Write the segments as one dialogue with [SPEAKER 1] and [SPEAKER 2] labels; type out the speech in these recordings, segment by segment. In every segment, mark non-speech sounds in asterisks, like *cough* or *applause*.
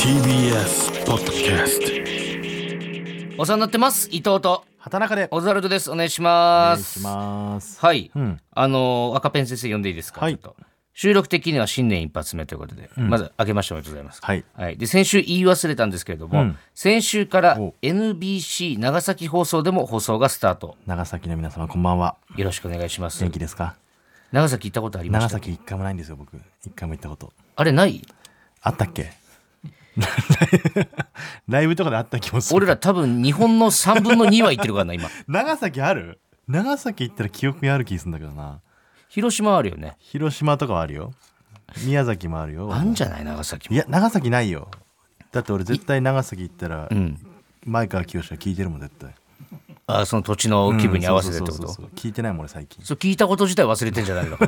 [SPEAKER 1] TBS ポッドキャス
[SPEAKER 2] お世話になってます伊藤と
[SPEAKER 3] 畑中でお
[SPEAKER 2] オズワルドですお願いしま
[SPEAKER 3] 願い
[SPEAKER 2] す
[SPEAKER 3] します。
[SPEAKER 2] はい、
[SPEAKER 3] うん
[SPEAKER 2] あのー赤ペン先生呼んでいいですか、
[SPEAKER 3] はい
[SPEAKER 2] ちょっと収録的には新年一発目ということで、まず明けましておめでとうございます、
[SPEAKER 3] はい
[SPEAKER 2] で先週言い忘れたんですけれども、
[SPEAKER 3] うん
[SPEAKER 2] 先週から
[SPEAKER 3] お
[SPEAKER 2] NBC 長崎放送でも放送がスタート
[SPEAKER 3] 長崎の皆様こんばんは。
[SPEAKER 2] よろしくお願いします
[SPEAKER 3] 元気ですか？
[SPEAKER 2] 長崎行ったことありまし
[SPEAKER 3] 長
[SPEAKER 2] た
[SPEAKER 3] 崎一回もないんですよ僕。一回も行ったこと。
[SPEAKER 2] あれない
[SPEAKER 3] あったっけ？ *laughs* ライブとかであった気もする。
[SPEAKER 2] 俺ら多分日本の3分の2は行ってるからな今
[SPEAKER 3] *laughs* 長崎ある？長崎行ったら記憶がある気するんだけどな。
[SPEAKER 2] 広島あるよね
[SPEAKER 3] 広島とかはあるよ。宮崎もあるよ。
[SPEAKER 2] あんじゃない長崎
[SPEAKER 3] い
[SPEAKER 2] も
[SPEAKER 3] や長崎ないよ。だって俺絶対長崎行ったら前川清が聞いてるもん絶対。
[SPEAKER 2] あその土地の気分に合わせてってこ
[SPEAKER 3] うんそう
[SPEAKER 2] と
[SPEAKER 3] そうそうそう聞いてないもん俺最近。
[SPEAKER 2] そう聞いたこと自体忘れてんじゃないの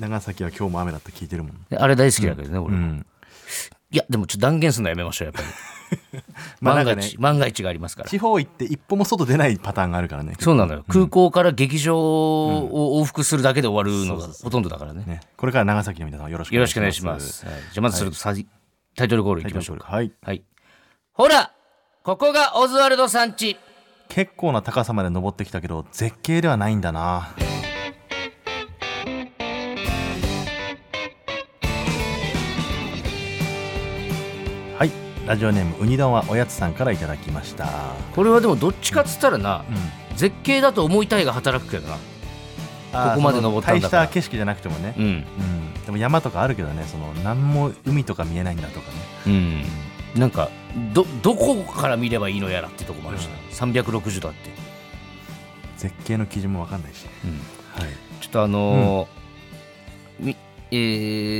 [SPEAKER 3] 長崎は今日も雨だって聞いてるもん。
[SPEAKER 2] あれ大好きだけどね、俺
[SPEAKER 3] う
[SPEAKER 2] も
[SPEAKER 3] ん。
[SPEAKER 2] いやでもちょっと断言するのやめましょうやっぱり *laughs*
[SPEAKER 3] まあ
[SPEAKER 2] 万が
[SPEAKER 3] なんかね
[SPEAKER 2] 一、万が一がありますから
[SPEAKER 3] 地方行って一歩も外出ないパターンがあるからね
[SPEAKER 2] そうなのよ空港から劇場を往復するだけで終わるのがほとんどだからね,、
[SPEAKER 3] ねこれから長崎の皆さんよろしく
[SPEAKER 2] よろしくお願いします、はい、じゃあまずそれとさい、タイトルコールいきましょうか
[SPEAKER 3] はい
[SPEAKER 2] はいほらここがオズワルドさんち
[SPEAKER 3] 結構な高さまで登ってきたけど絶景ではないんだなはいラジオネームうに丼はおやつさんからいただきました
[SPEAKER 2] これはでもどっちかっつったらな、
[SPEAKER 3] う
[SPEAKER 2] 絶景だと思いたいが働くけどなここまで登ったんだから
[SPEAKER 3] 大した景色じゃなくてもね
[SPEAKER 2] う、ん
[SPEAKER 3] うんでも山とかあるけどねその何も海とか見えないんだとかね
[SPEAKER 2] うんなんかどどこから見ればいいのやらってとこもあるしな、360度あって、
[SPEAKER 3] 絶景の基準もわかんないし、
[SPEAKER 2] うん
[SPEAKER 3] はい、
[SPEAKER 2] ちょっとあのーみえ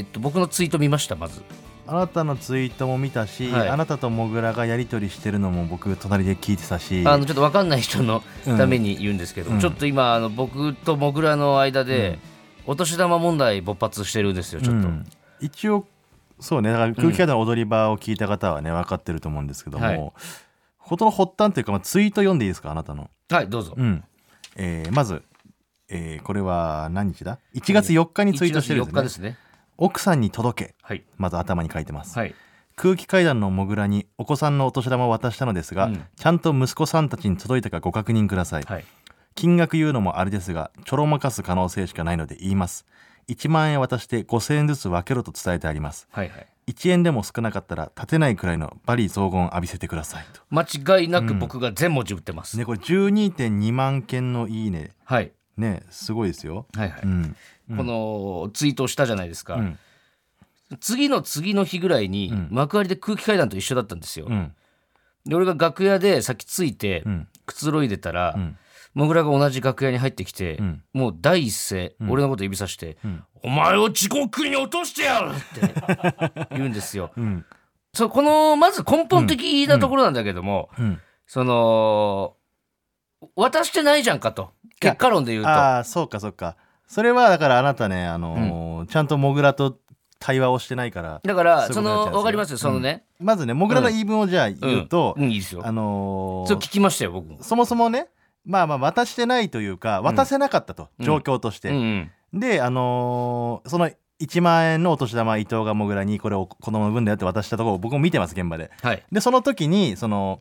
[SPEAKER 2] ーっと僕のツイート見ましたまず
[SPEAKER 3] あなたのツイートも見たし、
[SPEAKER 2] はい
[SPEAKER 3] あなたとモグラがやり取りしてるのも僕隣で聞いてたし
[SPEAKER 2] あのちょっと分かんない人の
[SPEAKER 3] うん
[SPEAKER 2] ために言うんですけど、
[SPEAKER 3] うん
[SPEAKER 2] ちょっと今あの僕とモグラの間で、お年玉問題勃発してるんですよちょっと、
[SPEAKER 3] うん一応そうねだから空気階段の踊り場を聞いた方はね分かってると思うんですけども、
[SPEAKER 2] はい
[SPEAKER 3] 事の発端というか、まあ、ツイート読んでいいですかあなたの、
[SPEAKER 2] はいどうぞ、
[SPEAKER 3] うんえーまず、えーこれは何日だ1月4日にツイートしてるん
[SPEAKER 2] 1
[SPEAKER 3] で
[SPEAKER 2] 月
[SPEAKER 3] す
[SPEAKER 2] 4
[SPEAKER 3] ね
[SPEAKER 2] 日ですね
[SPEAKER 3] 奥さんに届け
[SPEAKER 2] はい
[SPEAKER 3] まず頭に書いてます、
[SPEAKER 2] はい
[SPEAKER 3] 空気階段のモグラにお子さんのお年玉を渡したのですが、
[SPEAKER 2] うん
[SPEAKER 3] ちゃんと息子さんたちに届いたかご確認ください
[SPEAKER 2] はい
[SPEAKER 3] 金額言うのもあれですがちょろまかす可能性しかないので言います1万円渡して5000円ずつ分けろと伝えてあります
[SPEAKER 2] はいはい
[SPEAKER 3] 1円でも少なかったら立てないくらいのバリ雑言を浴びせてくださいと
[SPEAKER 2] 間違いなく僕が全文字打ってます、
[SPEAKER 3] ねこれ12.2万件のいいね
[SPEAKER 2] はい
[SPEAKER 3] ねすごいですよ
[SPEAKER 2] はいはい、
[SPEAKER 3] うん
[SPEAKER 2] このツイートをしたじゃないですか、
[SPEAKER 3] ん
[SPEAKER 2] 次の次の日ぐらいに
[SPEAKER 3] ん
[SPEAKER 2] 幕張で空気階段と一緒だったんですよ、
[SPEAKER 3] うん
[SPEAKER 2] で俺が楽屋で先着いて、
[SPEAKER 3] うん
[SPEAKER 2] くつろいでたら、
[SPEAKER 3] うん
[SPEAKER 2] モグラが同じ楽屋に入ってきて、
[SPEAKER 3] ん
[SPEAKER 2] もう第一声、俺のこと指さして、
[SPEAKER 3] ん
[SPEAKER 2] お前を地獄に落としてやる!」
[SPEAKER 3] *laughs*
[SPEAKER 2] って言うんですよ。
[SPEAKER 3] うん
[SPEAKER 2] そうこのまず根本的なところなんだけども、
[SPEAKER 3] うん
[SPEAKER 2] その渡してないじゃんかと結果論で言うと。
[SPEAKER 3] ああそうかそうかそれはだからあなたねあのーちゃんとモグラと対話をしてないから
[SPEAKER 2] だから
[SPEAKER 3] そ
[SPEAKER 2] そう
[SPEAKER 3] いうことになっちゃうんですよ
[SPEAKER 2] の分かりますよそのね、
[SPEAKER 3] まずねモグラの言い分をじゃあ
[SPEAKER 2] うん
[SPEAKER 3] 言うと、
[SPEAKER 2] うんいいですよ。
[SPEAKER 3] あのー
[SPEAKER 2] そう聞きましたよ僕も。
[SPEAKER 3] そもそもねまあまあ渡してないというか渡せなかったと、
[SPEAKER 2] うん
[SPEAKER 3] 状況として、
[SPEAKER 2] うんうん
[SPEAKER 3] であのーその1万円のお年玉伊藤がもぐらにこれを子供の分だよって渡したところを僕も見てます現場で
[SPEAKER 2] はい、
[SPEAKER 3] でその時にその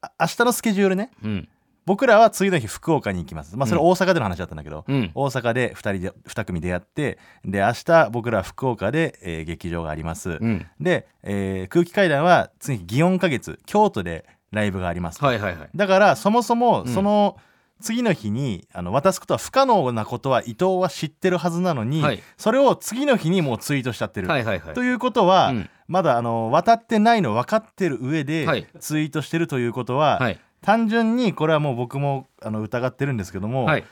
[SPEAKER 3] あ明日のスケジュールね
[SPEAKER 2] うん
[SPEAKER 3] 僕らは次の日福岡に行きますまあそれ大阪での話だったんだけど、
[SPEAKER 2] うん
[SPEAKER 3] 大阪で2人で2組出会ってで明日僕ら福岡で、えー劇場があります、
[SPEAKER 2] うん、
[SPEAKER 3] で、えー空気階段は次祇園花月京都でライブがあります
[SPEAKER 2] はいはいはい。
[SPEAKER 3] だからそもそも
[SPEAKER 2] うん
[SPEAKER 3] その次の日にあの渡すことは不可能なことは伊藤は知ってるはずなのに、
[SPEAKER 2] はい
[SPEAKER 3] それを次の日にもうツイートしちゃってる。
[SPEAKER 2] はいはいはい
[SPEAKER 3] と。いうことは、
[SPEAKER 2] うん
[SPEAKER 3] まだあの渡ってないの分かってる上
[SPEAKER 2] はい
[SPEAKER 3] でツイートしてるということは、
[SPEAKER 2] はい
[SPEAKER 3] 単純にこれはもう僕もあの疑ってるんですけども、
[SPEAKER 2] はいい。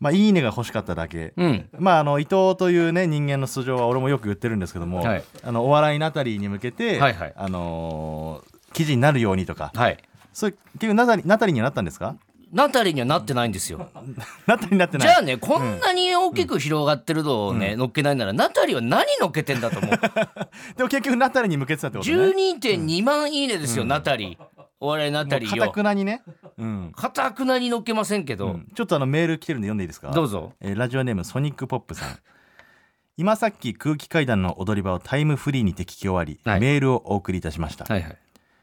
[SPEAKER 3] まあ、いいねが欲しかっただけ。
[SPEAKER 2] うん。
[SPEAKER 3] まあ、あの伊藤という、ね、人間の素性は俺もよく言ってるんですけども、
[SPEAKER 2] はい
[SPEAKER 3] あのお笑いのあたりに向けて、
[SPEAKER 2] はいはい
[SPEAKER 3] あのー記事になるようにとか、
[SPEAKER 2] はい。
[SPEAKER 3] そういう結局ナタリナタリにはなったんですか
[SPEAKER 2] ナタリーにはなってないんですよ。
[SPEAKER 3] ナタリになってない
[SPEAKER 2] じゃあね、こんなに大きく広がってるのをね、乗っけないなら、ナタリーは何乗っけてんだと思う。
[SPEAKER 3] でも結局ナタリに向けてたってことね
[SPEAKER 2] 12.2万いいねですよ、ナタリー。お笑いナタリ
[SPEAKER 3] か
[SPEAKER 2] ー
[SPEAKER 3] た
[SPEAKER 2] よ。
[SPEAKER 3] くなにね、うん
[SPEAKER 2] かたくなに乗っけませんけど、
[SPEAKER 3] ちょっとあのメール来てるんで読んでいいですか
[SPEAKER 2] どうぞ。
[SPEAKER 3] えーラジオネームソニックポップさん今さっき空気階段の踊り場をタイムフリーにて聞き終わり、
[SPEAKER 2] はい
[SPEAKER 3] メールをお送りいたしました、
[SPEAKER 2] はいはい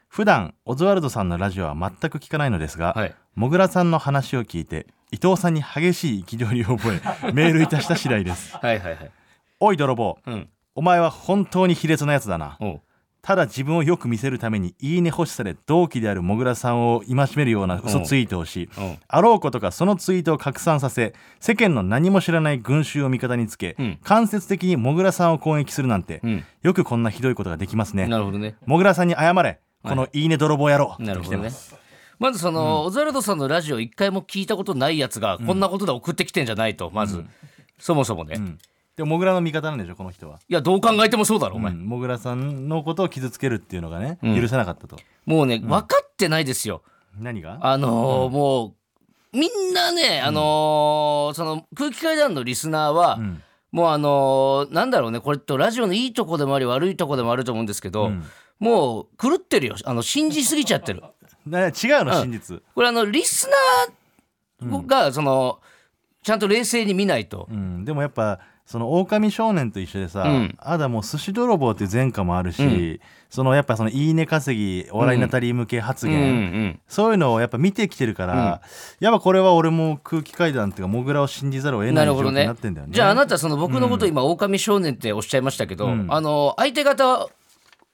[SPEAKER 3] 普段オズワルドさんのラジオは全く聞かないのですが、
[SPEAKER 2] はい
[SPEAKER 3] もぐらさんの話を聞いて伊藤さんに激しい憤りを覚えメールいたした次第です *laughs*
[SPEAKER 2] はいはいはい
[SPEAKER 3] おい泥棒
[SPEAKER 2] うん
[SPEAKER 3] お前は本当に卑劣なやつだな
[SPEAKER 2] おう
[SPEAKER 3] ただ自分をよく見せるためにいいね欲しさで同期であるもぐらさんを戒めるような嘘ツイートをし
[SPEAKER 2] おう
[SPEAKER 3] あろうことかそのツイートを拡散させ世間の何も知らない群衆を味方につけ、
[SPEAKER 2] うん
[SPEAKER 3] 間接的にもぐらさんを攻撃するなんて、
[SPEAKER 2] うん
[SPEAKER 3] よくこんなひどいことができますね
[SPEAKER 2] なるほどね
[SPEAKER 3] もぐらさんに謝れこのいいね泥棒野郎、
[SPEAKER 2] なるほ
[SPEAKER 3] と来
[SPEAKER 2] ど
[SPEAKER 3] てま
[SPEAKER 2] ね
[SPEAKER 3] す
[SPEAKER 2] まずその、オズワルドさんのラジオ一回も聞いたことないやつがこんなことで送ってきてんじゃないと、まず、そもそもね、
[SPEAKER 3] う
[SPEAKER 2] い
[SPEAKER 3] んでももぐらの味方なんでしょこの人は、
[SPEAKER 2] やどう考えてもそうだろお
[SPEAKER 3] う
[SPEAKER 2] 前、
[SPEAKER 3] ん、もぐらさんのことを傷つけるっていうのがね、
[SPEAKER 2] うん
[SPEAKER 3] 許せなかったと
[SPEAKER 2] もうね分かってないですよ、
[SPEAKER 3] 何が
[SPEAKER 2] あのーもうみんなね、あのーその空気階段のリスナーは、
[SPEAKER 3] うん
[SPEAKER 2] もうあのーなんだろうねこれとラジオのいいとこでもあり悪いとこでもあると思うんですけど、
[SPEAKER 3] うん
[SPEAKER 2] もう狂ってるよあの信じすぎちゃ
[SPEAKER 3] *laughs*
[SPEAKER 2] ってる。
[SPEAKER 3] な違うの真実、
[SPEAKER 2] これあのリスナーがその、ちゃんと冷静に見ないと、
[SPEAKER 3] うん、でもやっぱその狼少年と一緒でさ、
[SPEAKER 2] うん
[SPEAKER 3] あだもう寿司泥棒っていう前科もあるし、
[SPEAKER 2] うん
[SPEAKER 3] そのやっぱそのいいね稼ぎお笑いナタリー向け発
[SPEAKER 2] うんう
[SPEAKER 3] 言、
[SPEAKER 2] ん
[SPEAKER 3] そういうのをやっぱ見てきてるから、やっぱこれは俺も空気階段っていうかモグラを信じざるを得な
[SPEAKER 2] ないる
[SPEAKER 3] 状
[SPEAKER 2] ほ
[SPEAKER 3] 況
[SPEAKER 2] ど
[SPEAKER 3] に
[SPEAKER 2] ね
[SPEAKER 3] なってんだよね。
[SPEAKER 2] じゃああなたその僕のこと今狼少年っておっしゃいましたけど、
[SPEAKER 3] うん
[SPEAKER 2] あの相手方は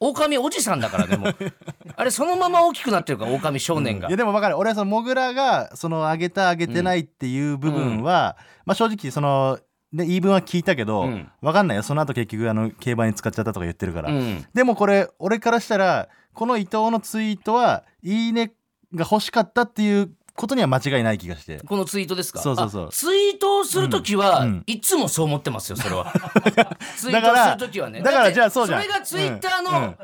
[SPEAKER 2] 狼おじさんだからね
[SPEAKER 3] *laughs*
[SPEAKER 2] もうあれそのまま大きくなってるから狼少年が、
[SPEAKER 3] いやでも分かる俺はそのモグラがその上げた上げてないっていう部分は、まあ、正直その、ね、言い分は聞いたけど、
[SPEAKER 2] うん
[SPEAKER 3] 分かんないよその後結局あの競馬に使っちゃったとか言ってるから、
[SPEAKER 2] うん
[SPEAKER 3] でもこれ俺からしたらこの伊藤のツイートは「いいね」が欲しかったっていうことには間違いない気がして
[SPEAKER 2] このツイートですか
[SPEAKER 3] そうそうそう
[SPEAKER 2] あツイートをするときは、
[SPEAKER 3] うんうん
[SPEAKER 2] いつもそう思ってますよそれ
[SPEAKER 3] *laughs*
[SPEAKER 2] はツイ
[SPEAKER 3] だ
[SPEAKER 2] ート
[SPEAKER 3] か
[SPEAKER 2] を
[SPEAKER 3] ら
[SPEAKER 2] するときはね
[SPEAKER 3] だから
[SPEAKER 2] って
[SPEAKER 3] じゃあそうじゃん
[SPEAKER 2] それがツイッター
[SPEAKER 3] うんう
[SPEAKER 2] の
[SPEAKER 3] ん、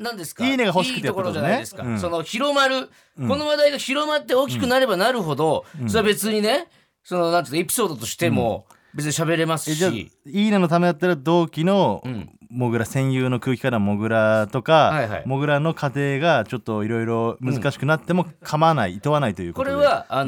[SPEAKER 2] 何ですか
[SPEAKER 3] いいねが欲しくて
[SPEAKER 2] いいところじゃないですか、
[SPEAKER 3] ってことねうん
[SPEAKER 2] その広まる、この話題が広まって大きくなればなるほど、それは別にねそのなんていうかエピソードとしても別に喋れます
[SPEAKER 3] え
[SPEAKER 2] し、
[SPEAKER 3] じゃあ「いいね」のためだったら同期の
[SPEAKER 2] ん
[SPEAKER 3] モグラ戦友の空気からモグラとか、
[SPEAKER 2] はいはい
[SPEAKER 3] モグラの家庭がちょっといろいろ難しくなっても構わない、いとわないというこ
[SPEAKER 2] ことれ
[SPEAKER 3] で
[SPEAKER 2] はあ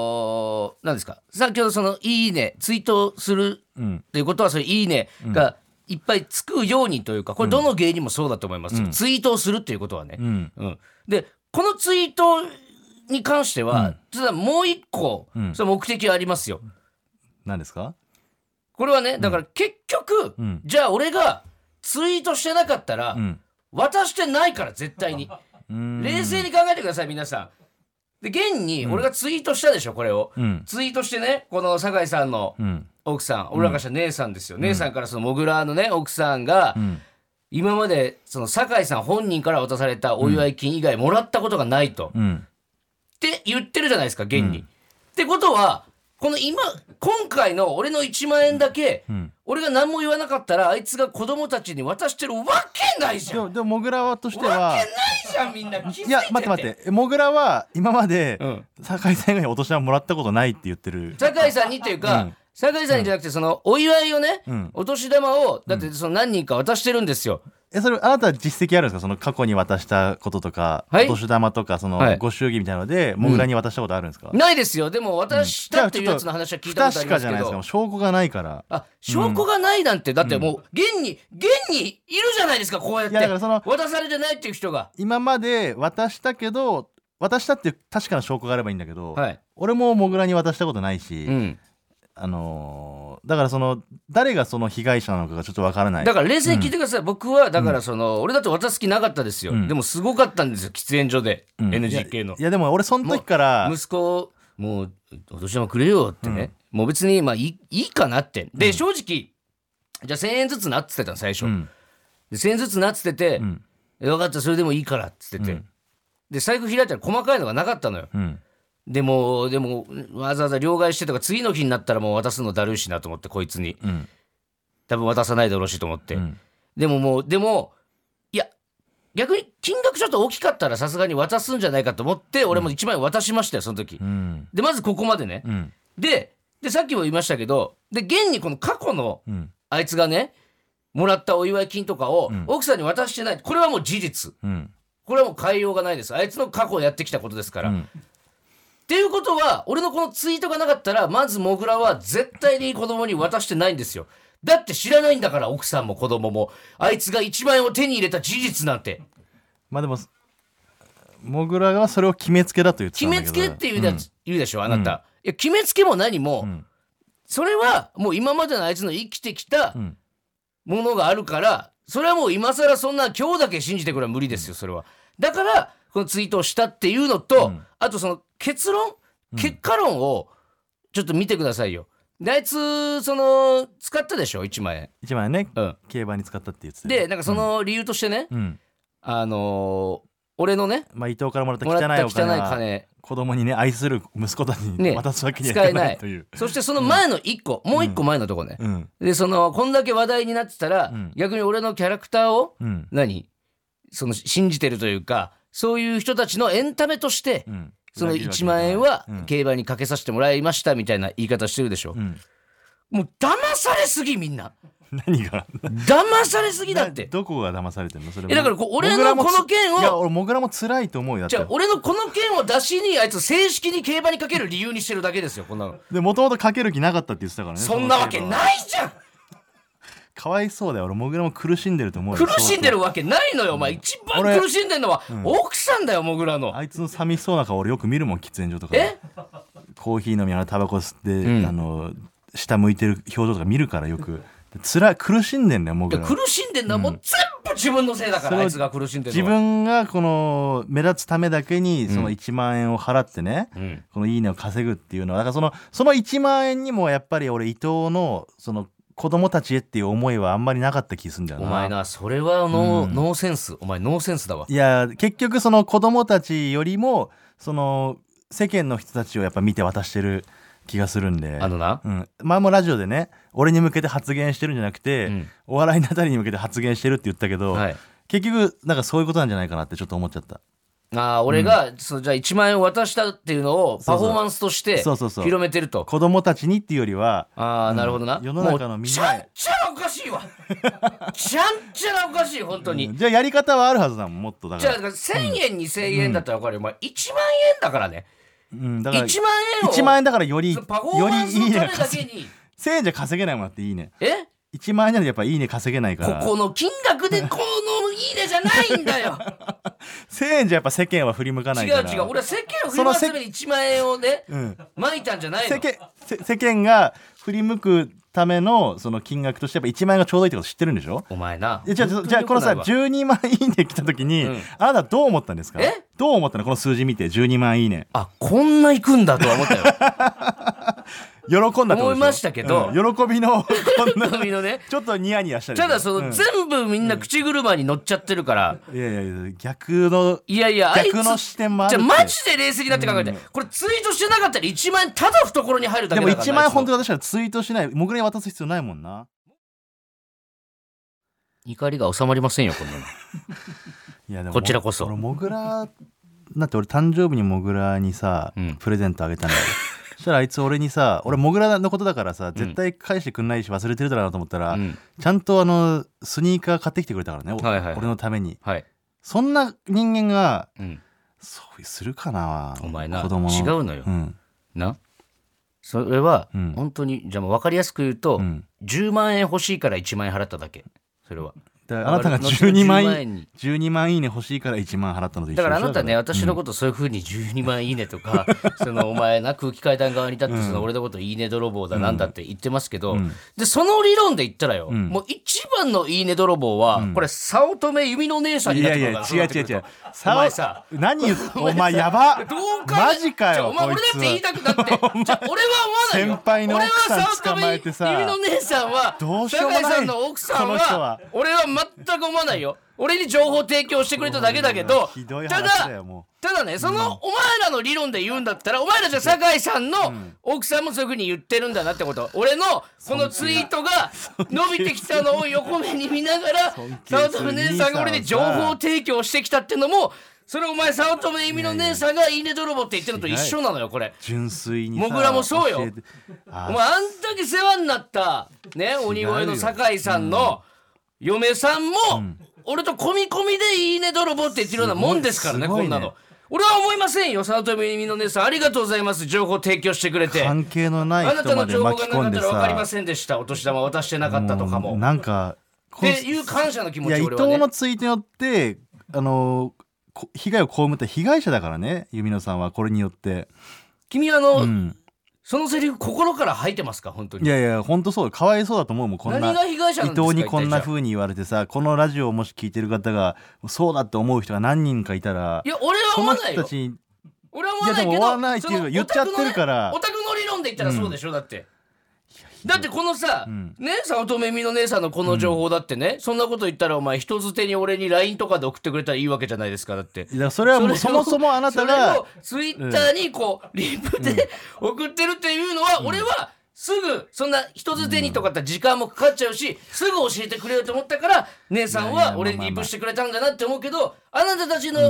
[SPEAKER 2] のーなんですか先ほどその「いいね」ツイートする
[SPEAKER 3] うん
[SPEAKER 2] ということはそれ「いいね」がいっぱいつくようにというかこれどの芸人もそうだと思います、ツイートをするということはね。
[SPEAKER 3] うん
[SPEAKER 2] うんでこのツイートに関しては、実はもう一個、
[SPEAKER 3] ん
[SPEAKER 2] その目的はありますよ。
[SPEAKER 3] 何ですか
[SPEAKER 2] これはねだから結局、
[SPEAKER 3] うん
[SPEAKER 2] じゃあ俺がツイートしてなかったら、
[SPEAKER 3] うん
[SPEAKER 2] 渡してないから絶対に。
[SPEAKER 3] うん
[SPEAKER 2] 冷静に考えてください皆さん。で現に俺がツイートしたでしょこれを。
[SPEAKER 3] うん
[SPEAKER 2] ツイートしてねこの酒井さんの
[SPEAKER 3] うん
[SPEAKER 2] 奥さん、俺らからしたら姉さんですよ、姉さんからそのモグラのね奥さんが、
[SPEAKER 3] うん
[SPEAKER 2] 今までその酒井さん本人から渡されたお祝い金以外もらったことがないと、っ
[SPEAKER 3] うん
[SPEAKER 2] て言ってるじゃないですか現に。ってことはこの今今回の俺の1万円だけ、
[SPEAKER 3] ん
[SPEAKER 2] 俺が何も言わなかったらあいつが子供たちに渡してるわけないじ
[SPEAKER 3] で
[SPEAKER 2] ゃんわ
[SPEAKER 3] もでもモグラはとして
[SPEAKER 2] けな
[SPEAKER 3] はい
[SPEAKER 2] じゃんみんな気づいてて
[SPEAKER 3] いや待って待ってえモグラは今まで
[SPEAKER 2] うん
[SPEAKER 3] 酒井さん以外にお年玉もらったことないって言ってる
[SPEAKER 2] 酒井さんにっていうか、
[SPEAKER 3] うん
[SPEAKER 2] 酒井さんにじゃなくてそのお祝いをね、
[SPEAKER 3] うん
[SPEAKER 2] お年玉をだってその何人か渡してるんですよ。
[SPEAKER 3] えそれあなたは実績あるんですかその過去に渡したこととか、
[SPEAKER 2] はい
[SPEAKER 3] お年玉とかその、
[SPEAKER 2] はい
[SPEAKER 3] ご祝儀みたいなのでモグラに渡したことあるんですか、
[SPEAKER 2] ないですよでも渡したっていうやつの話は聞いたことあ
[SPEAKER 3] 不確
[SPEAKER 2] りま
[SPEAKER 3] か
[SPEAKER 2] す
[SPEAKER 3] じゃ
[SPEAKER 2] け
[SPEAKER 3] ないで
[SPEAKER 2] ど
[SPEAKER 3] すか。証拠がないから
[SPEAKER 2] あ証拠がないなんて、だってもう現に現にいるじゃないですかこうやって
[SPEAKER 3] いやだからその
[SPEAKER 2] 渡されてないっていう人が
[SPEAKER 3] 今まで渡したけど渡したっていう確かな証拠があればいいんだけど、
[SPEAKER 2] はい、
[SPEAKER 3] 俺もモグラに渡したことないし、
[SPEAKER 2] うん、
[SPEAKER 3] あのーだからその誰がその被害者なのかがちょっとわからない
[SPEAKER 2] だから冷静に聞いてください、僕はだからその、俺だって渡す気なかったですよ、
[SPEAKER 3] うん
[SPEAKER 2] でもすごかったんですよ喫煙所で、
[SPEAKER 3] うん
[SPEAKER 2] NGK の
[SPEAKER 3] いやでも俺その時から
[SPEAKER 2] 息子をもうお年玉くれよってね、もう別にまあいいいいかなってで、正直じゃあ1,000円ずつなっつってたの最初、
[SPEAKER 3] うん
[SPEAKER 2] で1,000円ずつなっつってて、
[SPEAKER 3] ん
[SPEAKER 2] え分かったそれでもいいからっつってて、で財布開いたら細かいのがなかったのよ
[SPEAKER 3] うん
[SPEAKER 2] でもでもわざわざ両替してとか次の日になったらもう渡すのだるいしなと思ってこいつに
[SPEAKER 3] うん
[SPEAKER 2] 多分渡さないでよろしいと思って、
[SPEAKER 3] うん
[SPEAKER 2] でももうでもいや逆に金額ちょっと大きかったらさすがに渡すんじゃないかと思って俺も1万円渡しましたよその時、
[SPEAKER 3] うん
[SPEAKER 2] でまずここまでね、
[SPEAKER 3] うん
[SPEAKER 2] ででさっきも言いましたけどで現にこの過去の
[SPEAKER 3] うん
[SPEAKER 2] あいつがねもらったお祝い金とかを
[SPEAKER 3] うん
[SPEAKER 2] 奥さんに渡してないこれはもう事実
[SPEAKER 3] うん
[SPEAKER 2] これはもう変えようがないですあいつの過去をやってきたことですから、
[SPEAKER 3] う
[SPEAKER 2] っ
[SPEAKER 3] ん
[SPEAKER 2] ていうことは俺のこのツイートがなかったらまずモグラは絶対に子供に渡してないんですよだって知らないんだから奥さんも子供もあいつが1万円を手に入れた事実なんて
[SPEAKER 3] まあでもモグラがそれを決めつけだと言ってた
[SPEAKER 2] 決
[SPEAKER 3] んだ
[SPEAKER 2] め
[SPEAKER 3] けど
[SPEAKER 2] つけって言うだ、言うでしょあなた、いや決めつけも何も、
[SPEAKER 3] ん
[SPEAKER 2] それはもう今までのあいつの生きてきた
[SPEAKER 3] ん
[SPEAKER 2] ものがあるからそれはもう今更そんな今日だけ信じてくれは無理ですよそれはだからこのツイートをしたっていうのと、
[SPEAKER 3] うん
[SPEAKER 2] あとその結論結果論をちょっと見てくださいよ、であいつその使ったでしょ1万円、
[SPEAKER 3] 一番ね、
[SPEAKER 2] うん、
[SPEAKER 3] 競馬に使ったって言ってたよ
[SPEAKER 2] でなんかその理由としてね、
[SPEAKER 3] うん
[SPEAKER 2] あのー俺のね
[SPEAKER 3] まあ伊藤からもらった
[SPEAKER 2] もら
[SPEAKER 3] 汚い
[SPEAKER 2] った
[SPEAKER 3] お
[SPEAKER 2] 汚い
[SPEAKER 3] 金は
[SPEAKER 2] 金
[SPEAKER 3] 子供にね愛する息子たちに
[SPEAKER 2] ね
[SPEAKER 3] 渡すわけに
[SPEAKER 2] 使
[SPEAKER 3] はい
[SPEAKER 2] え
[SPEAKER 3] かな
[SPEAKER 2] ないい
[SPEAKER 3] という、
[SPEAKER 2] そしてその前の1個、もう1個前のとこね、
[SPEAKER 3] うん
[SPEAKER 2] でそのこんだけ話題になってたら、
[SPEAKER 3] うん
[SPEAKER 2] 逆に俺のキャラクターを
[SPEAKER 3] うん
[SPEAKER 2] 何その信じてるというかそういう人たちのエンタメとして、
[SPEAKER 3] うん
[SPEAKER 2] その
[SPEAKER 3] 裏切るわけにいか
[SPEAKER 2] 1
[SPEAKER 3] な
[SPEAKER 2] 万
[SPEAKER 3] い
[SPEAKER 2] 円は
[SPEAKER 3] うん
[SPEAKER 2] 競馬にかけさせてもらいましたみたいな言い方してるでしょ、
[SPEAKER 3] うん
[SPEAKER 2] もう騙されすぎみんな
[SPEAKER 3] *laughs* 何が
[SPEAKER 2] 騙されす *laughs* ぎだっ
[SPEAKER 3] *laughs*
[SPEAKER 2] て
[SPEAKER 3] どこが騙されてんのそれ
[SPEAKER 2] えだからこう俺の
[SPEAKER 3] モグラもつ
[SPEAKER 2] この件を
[SPEAKER 3] いや俺モグラも辛いと思うよ
[SPEAKER 2] じ
[SPEAKER 3] だ
[SPEAKER 2] ゃあ
[SPEAKER 3] って
[SPEAKER 2] 俺のこの件を出しにあいつ正式に競馬にかける理由にしてるだけですよこんなの
[SPEAKER 3] でもともとかける気なかったって言ってたからね
[SPEAKER 2] そんなわけ
[SPEAKER 3] い
[SPEAKER 2] ないじゃん
[SPEAKER 3] かわいそうだよ俺モグラも苦しんでると思うよ
[SPEAKER 2] 苦しんでるわけないのよお前一番
[SPEAKER 3] 俺
[SPEAKER 2] 苦しんでるのは奥さんだよモグラの
[SPEAKER 3] あいつの寂しそうな顔俺よく見るもん喫煙所とかで
[SPEAKER 2] え
[SPEAKER 3] コーヒー飲みながらタバコ吸って、
[SPEAKER 2] うん
[SPEAKER 3] あの下向いてる表情とか見るからよく辛い苦しんでんだよ
[SPEAKER 2] い
[SPEAKER 3] 僕
[SPEAKER 2] や
[SPEAKER 3] ら
[SPEAKER 2] 苦しんでんのはもう全部自分のせいだか
[SPEAKER 3] それ
[SPEAKER 2] ら
[SPEAKER 3] を
[SPEAKER 2] あいつが苦しんで
[SPEAKER 3] 自
[SPEAKER 2] るのは
[SPEAKER 3] 分がこの目立つためだけにその1万円を払ってね、
[SPEAKER 2] うん
[SPEAKER 3] この「いいね」を稼ぐっていうのはだからそのその1万円にもやっぱり俺伊藤のその子供たちへっていう思いはあんまりなかった気するんだよ
[SPEAKER 2] お
[SPEAKER 3] な。
[SPEAKER 2] 前なそれはノー,、ノーセンスお前ノーセンスだわ
[SPEAKER 3] いや結局その子供たちよりもその世間の人たちをやっぱ見て渡してる気がするんで
[SPEAKER 2] あのな
[SPEAKER 3] うん、前もラジオでね俺に向けて発言してるんじゃなくて、
[SPEAKER 2] うん
[SPEAKER 3] お笑いのあたりに向けて発言してるって言ったけど、
[SPEAKER 2] はい
[SPEAKER 3] 結局なんかそういうことなんじゃないかなってちょっと思っちゃった
[SPEAKER 2] あー俺が、そうじゃあ1万円を渡したっていうのを
[SPEAKER 3] そう
[SPEAKER 2] パ
[SPEAKER 3] そう
[SPEAKER 2] フォーマンスとして
[SPEAKER 3] そうそうそう
[SPEAKER 2] 広めてると
[SPEAKER 3] 子供たちにっていうよりは
[SPEAKER 2] ああなるほどな、
[SPEAKER 3] うん世の中のみんな
[SPEAKER 2] もうちゃんちゃらおかしいわ *laughs* ちゃんちゃらおかしい本当に、
[SPEAKER 3] うんじゃあやり方はあるはずだもんもっとだ
[SPEAKER 2] じ
[SPEAKER 3] か
[SPEAKER 2] ゃあ
[SPEAKER 3] ら
[SPEAKER 2] だから1000円、2000円だったら分かるよ、お前1万円だからね
[SPEAKER 3] うんだ
[SPEAKER 2] 1
[SPEAKER 3] から
[SPEAKER 2] 万円を
[SPEAKER 3] 1万円だからより
[SPEAKER 2] そ
[SPEAKER 3] よ
[SPEAKER 2] のパフォーマン
[SPEAKER 3] り
[SPEAKER 2] ス
[SPEAKER 3] い
[SPEAKER 2] の
[SPEAKER 3] いね
[SPEAKER 2] ためだけ
[SPEAKER 3] 稼
[SPEAKER 2] に
[SPEAKER 3] 1000円じゃ稼げないもんだっていいね
[SPEAKER 2] え
[SPEAKER 3] 1万円じゃやっぱいいね稼げないか
[SPEAKER 2] こ
[SPEAKER 3] ら
[SPEAKER 2] この金額でこのいいねじゃないんだよ
[SPEAKER 3] 1000円じゃやっぱ世間は振り向 *laughs* かな
[SPEAKER 2] 違
[SPEAKER 3] いうから
[SPEAKER 2] 違う俺は世間を振り回すために1万円をね
[SPEAKER 3] うん、
[SPEAKER 2] まいたんじゃないの
[SPEAKER 3] 世間せ世間が振り向くためのその金額としてやっぱ1万円がちょうどいいってこと知ってるんでしょ
[SPEAKER 2] お前な
[SPEAKER 3] えじゃあちょっとじゃあこのさ
[SPEAKER 2] 本当に
[SPEAKER 3] 12
[SPEAKER 2] 良く
[SPEAKER 3] 万いいね来た時に、
[SPEAKER 2] うん
[SPEAKER 3] あなたどう思ったんですか
[SPEAKER 2] え
[SPEAKER 3] どう思ったのこの数字見て12万いいね
[SPEAKER 2] ないわあこんな行くんだとは
[SPEAKER 3] *laughs*
[SPEAKER 2] 思ったよ
[SPEAKER 3] 喜んだってことでしょ
[SPEAKER 2] 思いましたけど
[SPEAKER 3] うん喜びのこんな
[SPEAKER 2] 海のね
[SPEAKER 3] ちょっとニヤニヤしたでしょ
[SPEAKER 2] ただその、
[SPEAKER 3] うん
[SPEAKER 2] 全部みんな口車に乗っちゃってるから、
[SPEAKER 3] いやいやいや逆の
[SPEAKER 2] いやいやあいつ
[SPEAKER 3] 逆の視点もある
[SPEAKER 2] じ
[SPEAKER 3] っ
[SPEAKER 2] ゃあ
[SPEAKER 3] て
[SPEAKER 2] マジで冷静になって考えて、これツイートしてなかったら1万円ただ懐に入るだ
[SPEAKER 3] で
[SPEAKER 2] けだ
[SPEAKER 3] も
[SPEAKER 2] から
[SPEAKER 3] 1万円本
[SPEAKER 2] 当
[SPEAKER 3] 当に私はツイートしない僕に渡す必要ないもんな
[SPEAKER 2] 怒りが収まりませんよこんなの
[SPEAKER 3] いやでも
[SPEAKER 2] こちらこそ
[SPEAKER 3] 俺モグラだって俺誕生日にモグラにさ、
[SPEAKER 2] うん
[SPEAKER 3] プレゼントあげたんだよ *laughs* そしたらあいつ俺にさ俺モグラのことだからさ絶対返してくんないし忘れてるだろうなと思ったら、
[SPEAKER 2] うん
[SPEAKER 3] ちゃんとあのスニーカー買ってきてくれたからね、お
[SPEAKER 2] はいはいはい
[SPEAKER 3] 俺のために
[SPEAKER 2] はい、
[SPEAKER 3] そんな人間が
[SPEAKER 2] うん、
[SPEAKER 3] そうするかな
[SPEAKER 2] お前な
[SPEAKER 3] 子供の
[SPEAKER 2] 違うのよ、
[SPEAKER 3] うん
[SPEAKER 2] なそれは
[SPEAKER 3] うん
[SPEAKER 2] 本当に、じゃあもう分かりやすく言うと、
[SPEAKER 3] うん
[SPEAKER 2] 10万円欲しいから1万円払っただけそれは
[SPEAKER 3] だからあなたが12万いい12万いいね欲しいから1万払ったのと一緒
[SPEAKER 2] だからあなた
[SPEAKER 3] で
[SPEAKER 2] ね、
[SPEAKER 3] しょ
[SPEAKER 2] 私のことそういうふうに12万いいねとか、 *laughs* そのお前な、空気階段側に立って、その俺のこといいね泥棒だなんだって言ってますけど、で、その理論で言ったらよ、もう一番のいいね泥棒は、これ、早乙女由美の姉さん
[SPEAKER 3] い
[SPEAKER 2] になっ
[SPEAKER 3] や
[SPEAKER 2] て
[SPEAKER 3] い
[SPEAKER 2] く
[SPEAKER 3] や
[SPEAKER 2] る
[SPEAKER 3] 違う
[SPEAKER 2] から
[SPEAKER 3] 違う違う
[SPEAKER 2] お前さ、
[SPEAKER 3] 何言ってお前やば
[SPEAKER 2] どうか
[SPEAKER 3] マジか
[SPEAKER 2] じゃあ
[SPEAKER 3] よ
[SPEAKER 2] お前
[SPEAKER 3] こい
[SPEAKER 2] 俺だ
[SPEAKER 3] つ
[SPEAKER 2] って言いたくなって
[SPEAKER 3] *laughs*
[SPEAKER 2] じゃあ俺は思わないよ
[SPEAKER 3] 先輩の奥さん捕まえてさ
[SPEAKER 2] 俺は早乙女由美の姉さんは
[SPEAKER 3] どうしようもない
[SPEAKER 2] 酒井さんの奥さん
[SPEAKER 3] この
[SPEAKER 2] は
[SPEAKER 3] 人は
[SPEAKER 2] 俺は全く思わないよ俺に情報提供してくれただけだけど
[SPEAKER 3] ひどい
[SPEAKER 2] た
[SPEAKER 3] 話だ
[SPEAKER 2] だ
[SPEAKER 3] よも
[SPEAKER 2] ただねそのお前らの理論で言うんだったらお前らじゃ酒井さんの奥さんもそういうふうに言ってるんだなってこと俺のこのツイートが伸びてきたのを横目に見ながら
[SPEAKER 3] 尊敬
[SPEAKER 2] 早
[SPEAKER 3] す
[SPEAKER 2] 乙
[SPEAKER 3] る
[SPEAKER 2] 女姉さんが俺に情報を提供してきたってのもそれお前早乙女由美の姉さんが「いいね泥棒」って言ってるのと一緒なのよこれ
[SPEAKER 3] う。純粋に
[SPEAKER 2] モグラもそうよ
[SPEAKER 3] 教えてあ
[SPEAKER 2] お前あんだけ世話になったね鬼越の酒井さんの嫁さんも俺と込み込みで「いいね泥棒」って言ってるようなもんですからね
[SPEAKER 3] すご
[SPEAKER 2] こ
[SPEAKER 3] いね
[SPEAKER 2] んなの。俺は思いませんよ早乙女みの姉さんありがとうございます情報提供してくれて
[SPEAKER 3] 関係のない
[SPEAKER 2] あな
[SPEAKER 3] 人
[SPEAKER 2] た
[SPEAKER 3] ま
[SPEAKER 2] の
[SPEAKER 3] で
[SPEAKER 2] 情報
[SPEAKER 3] 巻
[SPEAKER 2] が
[SPEAKER 3] き
[SPEAKER 2] なか
[SPEAKER 3] 込
[SPEAKER 2] っ
[SPEAKER 3] んで
[SPEAKER 2] たら分かり
[SPEAKER 3] さ
[SPEAKER 2] ませんでしたお年玉渡してなかったとかも
[SPEAKER 3] なんかこの
[SPEAKER 2] っていう感謝の気持
[SPEAKER 3] いや
[SPEAKER 2] ち
[SPEAKER 3] 伊
[SPEAKER 2] 俺は
[SPEAKER 3] 藤
[SPEAKER 2] ね
[SPEAKER 3] のツイートによってあのこ被害を被った被害者だからね弓野さんはこれによって、
[SPEAKER 2] 君あの、
[SPEAKER 3] うん、
[SPEAKER 2] そのセリフ心から吐いてますか本当
[SPEAKER 3] い
[SPEAKER 2] に
[SPEAKER 3] やいや本当そうかわいそうだと思うもんこんな
[SPEAKER 2] 何が被害者
[SPEAKER 3] 伊
[SPEAKER 2] なんですか
[SPEAKER 3] 藤にこんな
[SPEAKER 2] 一体じゃあ
[SPEAKER 3] 風に言われてさこのラジオをもし聞いてる方がそうだって思う人が何人かいたら
[SPEAKER 2] いや俺は
[SPEAKER 3] そ
[SPEAKER 2] 思
[SPEAKER 3] の
[SPEAKER 2] わない
[SPEAKER 3] 人た
[SPEAKER 2] よ
[SPEAKER 3] ちに
[SPEAKER 2] 俺は思わな
[SPEAKER 3] いや
[SPEAKER 2] いけ
[SPEAKER 3] で
[SPEAKER 2] ど
[SPEAKER 3] も思わないっていうか
[SPEAKER 2] その
[SPEAKER 3] 言っちゃってるから
[SPEAKER 2] オタクのねオタクの理論で言ったらそうでしょ、だって
[SPEAKER 3] ひど
[SPEAKER 2] だ
[SPEAKER 3] い
[SPEAKER 2] ってこのさ、
[SPEAKER 3] ん
[SPEAKER 2] ね早乙女美の姉さんのこの情報だってね、そんなこと言ったらお前人づてに俺に LINE とかで送ってくれたらいいわけじゃないですかだって
[SPEAKER 3] いやそれはもう
[SPEAKER 2] そ
[SPEAKER 3] そ
[SPEAKER 2] れを
[SPEAKER 3] もそもあなた
[SPEAKER 2] それ
[SPEAKER 3] が
[SPEAKER 2] をツイッターにこう、リプで送ってるっていうのは、俺はすぐそんな人づてにとかだったら時間もかかっちゃうし、すぐ教えてくれよと思ったから姉さん
[SPEAKER 3] いやいやま
[SPEAKER 2] は
[SPEAKER 3] あ
[SPEAKER 2] 俺
[SPEAKER 3] まあま
[SPEAKER 2] に
[SPEAKER 3] あ
[SPEAKER 2] リプしてくれたんだなって思うけどあなたたちの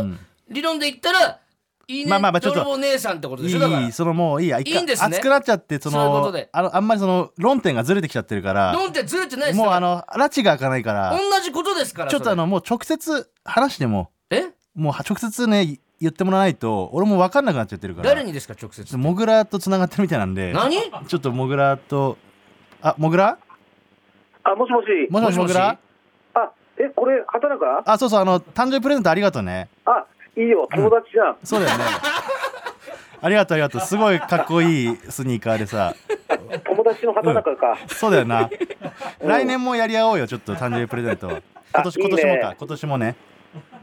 [SPEAKER 2] 理論で言ったら、いいね
[SPEAKER 3] まあまあまあちょっと
[SPEAKER 2] 泥棒姉さんってことで
[SPEAKER 3] い
[SPEAKER 2] しょだから
[SPEAKER 3] いそのもういいや一回
[SPEAKER 2] いいんですね
[SPEAKER 3] 熱くなっちゃってそ
[SPEAKER 2] そういうこ
[SPEAKER 3] の
[SPEAKER 2] とで
[SPEAKER 3] あのあんまりその論点がずれてきちゃってるから
[SPEAKER 2] 論点ずれてないです
[SPEAKER 3] もう
[SPEAKER 2] よ
[SPEAKER 3] あの拉致が開かないから
[SPEAKER 2] 同じことですから
[SPEAKER 3] ちょっとあ
[SPEAKER 2] それ
[SPEAKER 3] のもう直接話しても
[SPEAKER 2] え
[SPEAKER 3] もう直接ね言ってもらわないと俺も分かんなくなっちゃってるから
[SPEAKER 2] 誰にですか直接
[SPEAKER 3] モグラとつながってるみたいなんで
[SPEAKER 2] 何
[SPEAKER 3] ちょっとモグラとあモグラ
[SPEAKER 1] あ、もしもし。
[SPEAKER 3] もしもしモグラ
[SPEAKER 1] あ、え、これ、畑中
[SPEAKER 3] あそうそうあの誕生日プレゼントありがとうね
[SPEAKER 1] あ、いいよ、友達じゃん。
[SPEAKER 3] そうだよねありがとうありがとうすごいかっこいいスニーカーでさ
[SPEAKER 1] 友達の畑中か。
[SPEAKER 3] そうだよな来年もやり合おうよちょっと誕生日プレゼント今年
[SPEAKER 1] いい
[SPEAKER 3] 今
[SPEAKER 1] ね
[SPEAKER 3] 年もか今年もね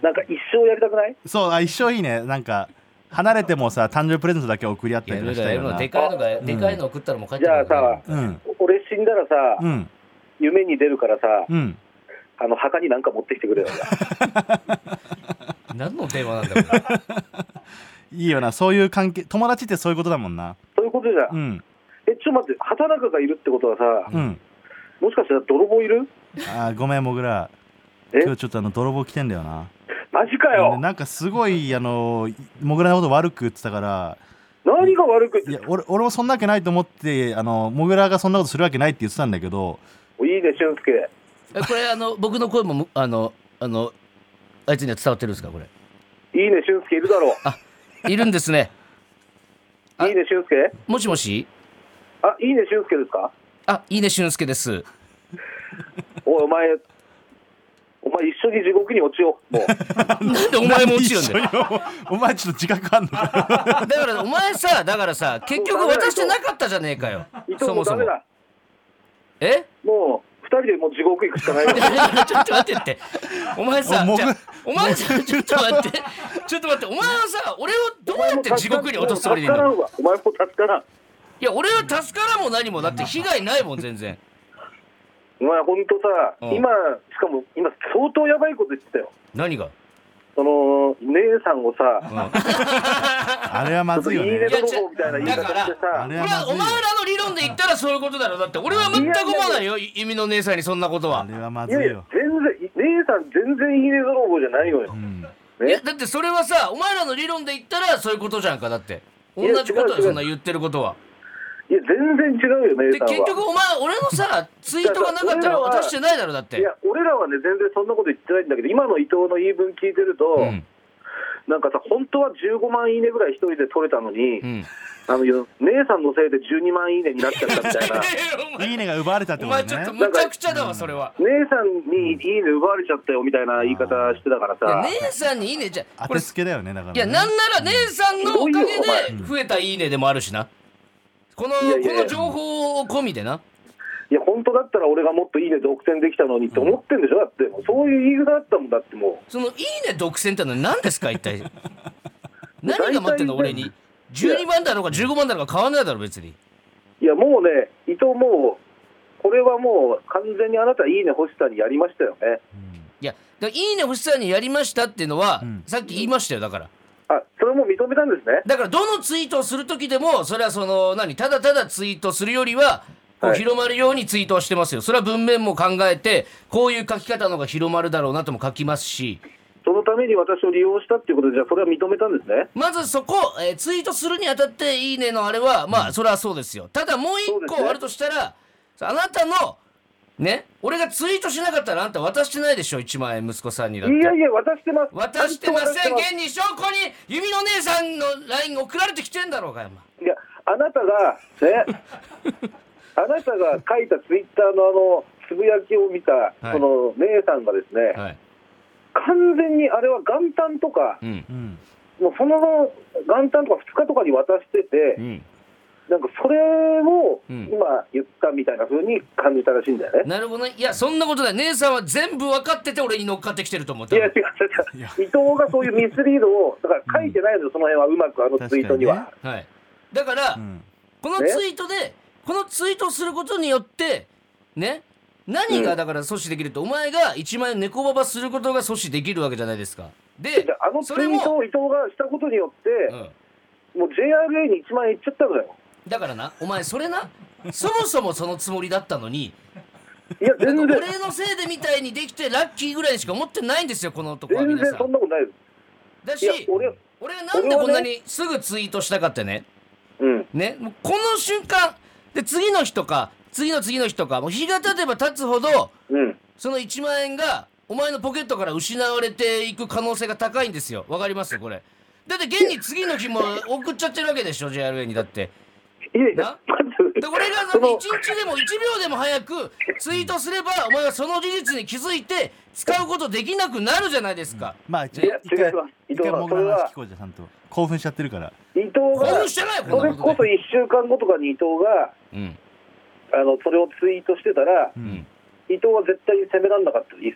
[SPEAKER 1] なんか一生やりたくない
[SPEAKER 3] そうあ一生いいねなんか離れてもさ誕生日プレゼントだけ送り合っ
[SPEAKER 2] い
[SPEAKER 3] た
[SPEAKER 2] や
[SPEAKER 3] り
[SPEAKER 2] い
[SPEAKER 3] と
[SPEAKER 2] ろ
[SPEAKER 3] か
[SPEAKER 2] い
[SPEAKER 3] し
[SPEAKER 2] ろ
[SPEAKER 3] た
[SPEAKER 2] や
[SPEAKER 3] いよ
[SPEAKER 2] る
[SPEAKER 3] な
[SPEAKER 2] のでかいのがでかいの送ったらもう帰って
[SPEAKER 1] じゃあさ、
[SPEAKER 3] うん
[SPEAKER 1] 俺死んだらさ、
[SPEAKER 3] うん
[SPEAKER 1] 夢に出るからさ、
[SPEAKER 3] うん
[SPEAKER 1] あの、墓になんか持ってきてくれよ。
[SPEAKER 2] 何のテーマなんだこれ
[SPEAKER 3] いいよなそういう関係友達ってそういうことだもんな
[SPEAKER 1] そういうことじゃん。
[SPEAKER 3] うん
[SPEAKER 1] え、ちょっと待って、畑中がいるってことはさ、
[SPEAKER 3] うん
[SPEAKER 1] もしかしたら泥棒いる
[SPEAKER 3] あーごめんモグラ
[SPEAKER 1] え
[SPEAKER 3] 今日ちょっとあの泥棒来てんだよな
[SPEAKER 1] マジか
[SPEAKER 3] うん
[SPEAKER 1] よ。
[SPEAKER 3] なんかすごいあのモグラのこと悪く言ってたから
[SPEAKER 1] 何が悪く
[SPEAKER 3] いや俺俺もそんなわけないと思ってあのモグラがそんなことするわけないって言ってたんだけど
[SPEAKER 1] いいね、俊介。
[SPEAKER 2] えこれあの僕の声もむあのあのあいつには伝わってるんですかこれ
[SPEAKER 1] いいね、俊介いるだろ
[SPEAKER 2] いるんですねあ
[SPEAKER 1] う。いいね、俊介。
[SPEAKER 2] もしもし
[SPEAKER 1] あ、いいね、俊介ですか
[SPEAKER 2] あいいね俊介です
[SPEAKER 1] おい、お前、お前一緒に地獄に落ちよう。もう。
[SPEAKER 2] なんでお前も落ちるんだよ
[SPEAKER 3] 一緒よお *laughs* 前ちょっと自覚あんのか
[SPEAKER 2] だからお前さだからさ結局渡してなかったじゃねえかよ
[SPEAKER 1] 伊藤
[SPEAKER 2] そ
[SPEAKER 1] も
[SPEAKER 2] も
[SPEAKER 1] ダ
[SPEAKER 2] そも
[SPEAKER 1] メだ。
[SPEAKER 2] え *laughs*
[SPEAKER 1] もう、二人でもう地獄行くしかないよ。
[SPEAKER 2] いやいやちょっと待ってってお前さ
[SPEAKER 3] お
[SPEAKER 2] じゃあ
[SPEAKER 3] 僕
[SPEAKER 2] お前さちょっと待ってちょっと待ってお前はさ俺をどうやって地獄に落とすつもりでい
[SPEAKER 1] お
[SPEAKER 2] る
[SPEAKER 1] 前
[SPEAKER 2] の
[SPEAKER 1] も助からんわお前も助からん。
[SPEAKER 2] いや俺は助からんも何もだって被害ないもん全然
[SPEAKER 1] お前本当さ、
[SPEAKER 2] うん
[SPEAKER 1] 今、しかも今相当やばいこと言ってたよ。
[SPEAKER 2] 何が
[SPEAKER 1] その、姉さんをさ、
[SPEAKER 2] *laughs*
[SPEAKER 3] あれはまずいよ
[SPEAKER 1] いいね
[SPEAKER 3] ね
[SPEAKER 1] 泥棒みたいな言い方して
[SPEAKER 3] あ
[SPEAKER 1] さ、
[SPEAKER 3] れ
[SPEAKER 2] こ
[SPEAKER 3] は
[SPEAKER 2] れは
[SPEAKER 3] まずいよ
[SPEAKER 2] お前らの理論で言ったらそういうことだろだって俺は全く思わないよ意味の姉さんにそんなこと
[SPEAKER 3] あ
[SPEAKER 2] は
[SPEAKER 3] れはま
[SPEAKER 1] い
[SPEAKER 3] ずい
[SPEAKER 1] やいや
[SPEAKER 3] よ、
[SPEAKER 1] 全然、姉さん全然いいね泥棒じゃないのよ。
[SPEAKER 3] うん
[SPEAKER 2] いや
[SPEAKER 1] ね、
[SPEAKER 2] だってそれはさお前らの理論で言ったらそういうことじゃんかだって同
[SPEAKER 1] いや
[SPEAKER 2] じことだ
[SPEAKER 1] 違う
[SPEAKER 2] よ
[SPEAKER 1] 違う
[SPEAKER 2] そんな言ってることはい
[SPEAKER 1] や、全然違うよ、姉
[SPEAKER 2] で
[SPEAKER 1] さん
[SPEAKER 2] 結
[SPEAKER 1] は。
[SPEAKER 2] 局お前俺のさツイートがなかったら渡してないだろだっ
[SPEAKER 1] い
[SPEAKER 2] て
[SPEAKER 1] や、俺らはね、全然そんなこと言ってないんだけど、今の伊藤の言い分聞いてると、
[SPEAKER 2] うん
[SPEAKER 1] なんかさ、本当は15万いいねぐらい一人で取れたのに、
[SPEAKER 2] うん。
[SPEAKER 1] あの姉さんのせいで12万いいねになっちゃったみたい
[SPEAKER 3] *laughs*
[SPEAKER 1] な
[SPEAKER 2] *laughs* お前
[SPEAKER 3] いいねが奪われたって
[SPEAKER 2] お
[SPEAKER 3] こと
[SPEAKER 2] 前ちょっ
[SPEAKER 3] ね
[SPEAKER 2] とむちゃくちゃだわそれは
[SPEAKER 1] 姉さんにいいね奪われちゃったよみたいな言い方してたから
[SPEAKER 2] いや
[SPEAKER 1] さ、
[SPEAKER 2] 姉さんにいいねじゃ
[SPEAKER 3] 当
[SPEAKER 2] これ
[SPEAKER 3] てつけだよねだから
[SPEAKER 2] い
[SPEAKER 3] ね
[SPEAKER 2] やなんなら姉さんのおか
[SPEAKER 1] どうい
[SPEAKER 2] げで増えたいいねでもあるしなこの
[SPEAKER 1] いやいや
[SPEAKER 2] この情報を込みでない
[SPEAKER 1] や、本当だったら俺がもっといいね独占できたのにって思ってんでしょ、だって、もうそういう言い方だったもんだって、も
[SPEAKER 2] そのいいね独占ってのは何ですか一体何が待ってんの俺に12番だろうか15番だろうか変わんないだろ別に
[SPEAKER 1] う、いや、もうね、伊藤、もう、これはもう完全にあなた、いいね欲しさにやりましたよね。
[SPEAKER 2] いやだからいいね星さんにやりましたっていうのは、
[SPEAKER 3] うん
[SPEAKER 2] さっき言いましたよだから
[SPEAKER 1] あそれも認めたんですね。
[SPEAKER 2] だからどのツイートをする時でもそれはその何ただただツイートするよりはこう
[SPEAKER 1] はい
[SPEAKER 2] 広まるようにツイートをしてますよそれは文面も考えてこういう書き方の方が広まるだろうなとも書きますし
[SPEAKER 1] そのために私を利用したっていうことで、じゃあ、それは認めたんですね。
[SPEAKER 2] まずそこ、えーツイートするにあたって「いいね」のあれはまあそれはそうですよただもう一
[SPEAKER 1] そうです
[SPEAKER 2] 個
[SPEAKER 1] ね
[SPEAKER 2] あるとしたら、あなたのね俺がツイートしなかったらあんた渡してないでしょ1万円息子さんにだって
[SPEAKER 1] いやいや、渡してます。
[SPEAKER 2] 渡してま
[SPEAKER 1] ちゃ
[SPEAKER 2] せん
[SPEAKER 1] と渡して
[SPEAKER 2] 現に証拠に弓の姉さんの LINE 送られてきてんだろうがよお前
[SPEAKER 1] ますいや、あなたが、
[SPEAKER 2] *laughs*
[SPEAKER 1] ね、あなたが書いたツイッターのあの、つぶやきを見た、
[SPEAKER 2] はい
[SPEAKER 1] その姉さんがですね、
[SPEAKER 2] はい
[SPEAKER 1] 完全にあれは元旦とか、
[SPEAKER 2] うん
[SPEAKER 3] うん
[SPEAKER 1] もうその後元旦とか2日とかに渡してて
[SPEAKER 2] う、ん
[SPEAKER 1] なんかそれを
[SPEAKER 2] うん
[SPEAKER 1] 今言ったみたいな風に感じたらしいんだよね。
[SPEAKER 2] なるほどねいやそんなことない姉さんは全部分かってて俺に乗っかってきてると思っ
[SPEAKER 1] い
[SPEAKER 2] た
[SPEAKER 1] や違う違う違う、伊藤がそういうミスリードを、だから書いてないのよ、その辺はうまく、あのツイートには。
[SPEAKER 2] はいだから、
[SPEAKER 3] うん
[SPEAKER 2] このツイートでこのツイートをすることによってね何がだから阻止できると、お前が一万円猫ババすることが阻止できるわけじゃないですかで
[SPEAKER 1] じゃあ、あの
[SPEAKER 2] そ
[SPEAKER 1] ツイ
[SPEAKER 2] れ
[SPEAKER 1] ート
[SPEAKER 2] も、
[SPEAKER 1] を伊藤がしたことによって、
[SPEAKER 2] うん、
[SPEAKER 1] もう JRA に1万円いっちゃったのよ。
[SPEAKER 2] だからなお前それなそもそもそのつもりだったのに
[SPEAKER 1] いや、全然、
[SPEAKER 2] 俺のせいでみたいにできてラッキーぐらいにしか思ってないんですよこの男は
[SPEAKER 1] 全
[SPEAKER 2] 皆
[SPEAKER 1] 然
[SPEAKER 2] さん
[SPEAKER 1] そんなことないで
[SPEAKER 2] だ
[SPEAKER 1] す。い
[SPEAKER 2] し
[SPEAKER 1] や、俺、
[SPEAKER 2] 俺がなんでこんなにすぐツイートしたかってね
[SPEAKER 1] うん、
[SPEAKER 2] ねもうこの瞬間で次の日とか次の次の日とかもう日が経てば経つほど
[SPEAKER 1] うん、
[SPEAKER 2] その1万円がお前のポケットから失われていく可能性が高いんですよわかりますこれだって現に次の日も送っちゃってるわけでしょ JRA にだって
[SPEAKER 1] いやい
[SPEAKER 2] な
[SPEAKER 1] や、まず、
[SPEAKER 2] で俺が
[SPEAKER 1] そ
[SPEAKER 2] その
[SPEAKER 1] の
[SPEAKER 2] 1日でも1秒でも早くツイートすればお前はその事実に気づいて使うことできなくなるじゃないですか
[SPEAKER 3] まあ一
[SPEAKER 1] いや
[SPEAKER 3] 一回
[SPEAKER 1] 違います伊
[SPEAKER 3] 一
[SPEAKER 1] 藤さ
[SPEAKER 3] 回
[SPEAKER 1] ん
[SPEAKER 3] 僕の話聞こうじゃんちゃんと興奮しちゃってるから
[SPEAKER 1] 伊藤
[SPEAKER 2] 興
[SPEAKER 1] が、
[SPEAKER 2] 奮してないよ
[SPEAKER 1] そ
[SPEAKER 2] こん
[SPEAKER 1] れ
[SPEAKER 2] なこ
[SPEAKER 1] ことそ
[SPEAKER 2] で
[SPEAKER 1] 1週間後とかに伊藤が、
[SPEAKER 2] うん
[SPEAKER 1] あのそれをツイートしてたら、
[SPEAKER 3] う
[SPEAKER 2] うん
[SPEAKER 3] ん
[SPEAKER 1] 伊藤は絶対に責めらんなかった、一切。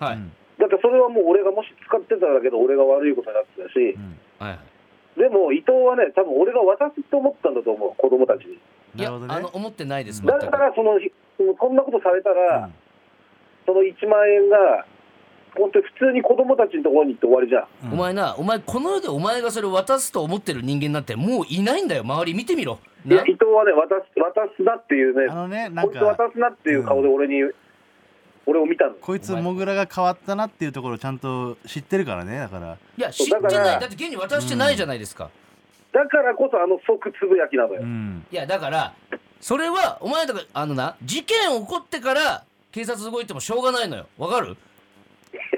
[SPEAKER 2] は
[SPEAKER 3] う
[SPEAKER 2] い
[SPEAKER 3] ん
[SPEAKER 1] だってそれはもう俺がもし使ってただけど俺が悪いことになってたし
[SPEAKER 3] う、ん
[SPEAKER 2] はいはい
[SPEAKER 1] でも伊藤はね、多分俺が渡すと思ったんだと思う、子供たちに。
[SPEAKER 2] い
[SPEAKER 3] な
[SPEAKER 2] や
[SPEAKER 3] るほどね
[SPEAKER 2] あの思ってないです
[SPEAKER 3] うん
[SPEAKER 2] 全
[SPEAKER 1] だ
[SPEAKER 2] く
[SPEAKER 1] からその、こんなことされたら、
[SPEAKER 3] うん
[SPEAKER 1] その1万円が、本当に普通に子供たちのところに行って終わりじゃん。
[SPEAKER 3] うん
[SPEAKER 2] お前なお前この世でお前がそれを渡すと思ってる人間なんてもういないんだよ周り見てみろ
[SPEAKER 1] いや、
[SPEAKER 2] な
[SPEAKER 1] 伊藤はね、渡す渡すなっていうね
[SPEAKER 3] あ、のねな
[SPEAKER 1] こ
[SPEAKER 3] ん
[SPEAKER 1] いつ渡
[SPEAKER 3] か
[SPEAKER 1] すなっていう顔で俺に、俺を見たの。
[SPEAKER 3] こいつモグラが変わったなっていうところをちゃんと知ってるからねだから
[SPEAKER 2] いや知
[SPEAKER 1] そう
[SPEAKER 2] ってな
[SPEAKER 1] だから
[SPEAKER 2] いだって現に渡してないじゃないですか、
[SPEAKER 1] だからこそあの即つぶやきなのよ。
[SPEAKER 3] うん
[SPEAKER 2] いやだからそれはお前だからあのな事件起こってから警察動いてもしょうがないのよわかる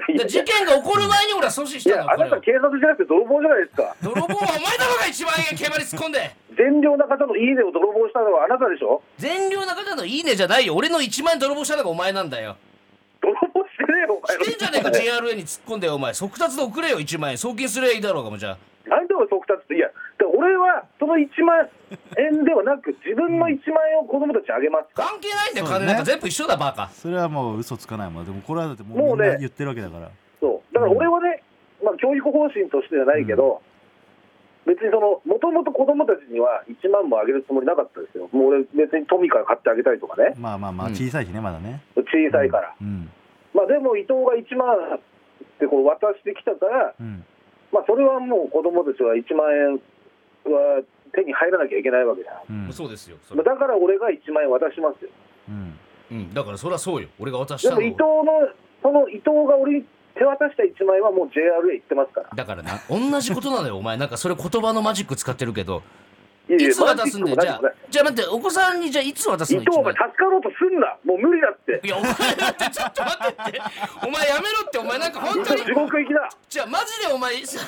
[SPEAKER 2] だから事件が起こる前に俺は阻止した
[SPEAKER 1] い
[SPEAKER 2] の
[SPEAKER 1] や、
[SPEAKER 2] よ
[SPEAKER 1] あ
[SPEAKER 2] こ
[SPEAKER 1] な
[SPEAKER 2] れ
[SPEAKER 1] た
[SPEAKER 2] を
[SPEAKER 1] 警察じゃなくて泥棒じゃないですか。
[SPEAKER 2] 泥棒はお前だろうが一番円毛張り突っ込んで
[SPEAKER 1] 善良な方のいいねを泥棒したのはあなたでしょ
[SPEAKER 2] 善良な方のいいねじゃないよ俺の1万円泥棒したのがお前なんだよ
[SPEAKER 1] 泥棒してねえよ、お前。
[SPEAKER 2] してんじゃねえか JRA に突っ込んでよお前即達で送れよ1万円送金すりゃいいだろうがもうじゃあ
[SPEAKER 1] なんで俺即達って、いや、だから俺はその1万円ではなく、自分の1万円を子供たちにあげます。
[SPEAKER 2] 関係ないんだよ
[SPEAKER 3] そうね
[SPEAKER 2] 金なんか全部一緒だバカ
[SPEAKER 3] それはもう嘘つかないもんでもこれはだってもう
[SPEAKER 1] も
[SPEAKER 3] み
[SPEAKER 1] うんね
[SPEAKER 3] な言ってるわけだから
[SPEAKER 1] そう。だから俺はね、まあ、教育方針としてじゃないけど、別にその、もともと子供たちには1万もあげるつもりなかったですよ。もう俺、別にトミカ買ってあげたりとかね、
[SPEAKER 3] まあまあまあ
[SPEAKER 2] うん
[SPEAKER 3] 小さいしねまだね
[SPEAKER 1] 小さいから。
[SPEAKER 3] うん
[SPEAKER 1] まあ、でも伊藤が1万ってこう渡してきたから、
[SPEAKER 3] うん
[SPEAKER 1] まあ、それはもう子供たちは1万円は手に入らなきゃいけないわけじゃん。
[SPEAKER 3] うん
[SPEAKER 2] そうですよそ
[SPEAKER 1] ま
[SPEAKER 2] れ
[SPEAKER 1] あだから俺が1万円渡しますよ。
[SPEAKER 3] うん
[SPEAKER 2] うんだからそりゃそうよ俺が渡し
[SPEAKER 1] で
[SPEAKER 2] たの
[SPEAKER 1] も伊藤の、その伊藤が俺に手渡した1万円はもう JRA 行ってますから。
[SPEAKER 2] だからな同じことなのよお前なんかそれ言葉のマジック使ってるけど
[SPEAKER 1] い
[SPEAKER 2] いつ渡すんだよ
[SPEAKER 1] マ
[SPEAKER 2] じ
[SPEAKER 1] ジ
[SPEAKER 2] ゃあ
[SPEAKER 1] ックも何もない
[SPEAKER 2] じゃあ待ってお子さんにじゃあいつ渡す
[SPEAKER 1] 伊
[SPEAKER 2] の
[SPEAKER 1] 藤、お
[SPEAKER 2] 一
[SPEAKER 1] 前
[SPEAKER 2] 番
[SPEAKER 1] 助かろうとすんな。もう無理だって。
[SPEAKER 2] いやお前だってちょっと待ってってお前やめろってお前なんか本当に
[SPEAKER 1] 地獄行きだ。
[SPEAKER 2] じゃあマジでお前さ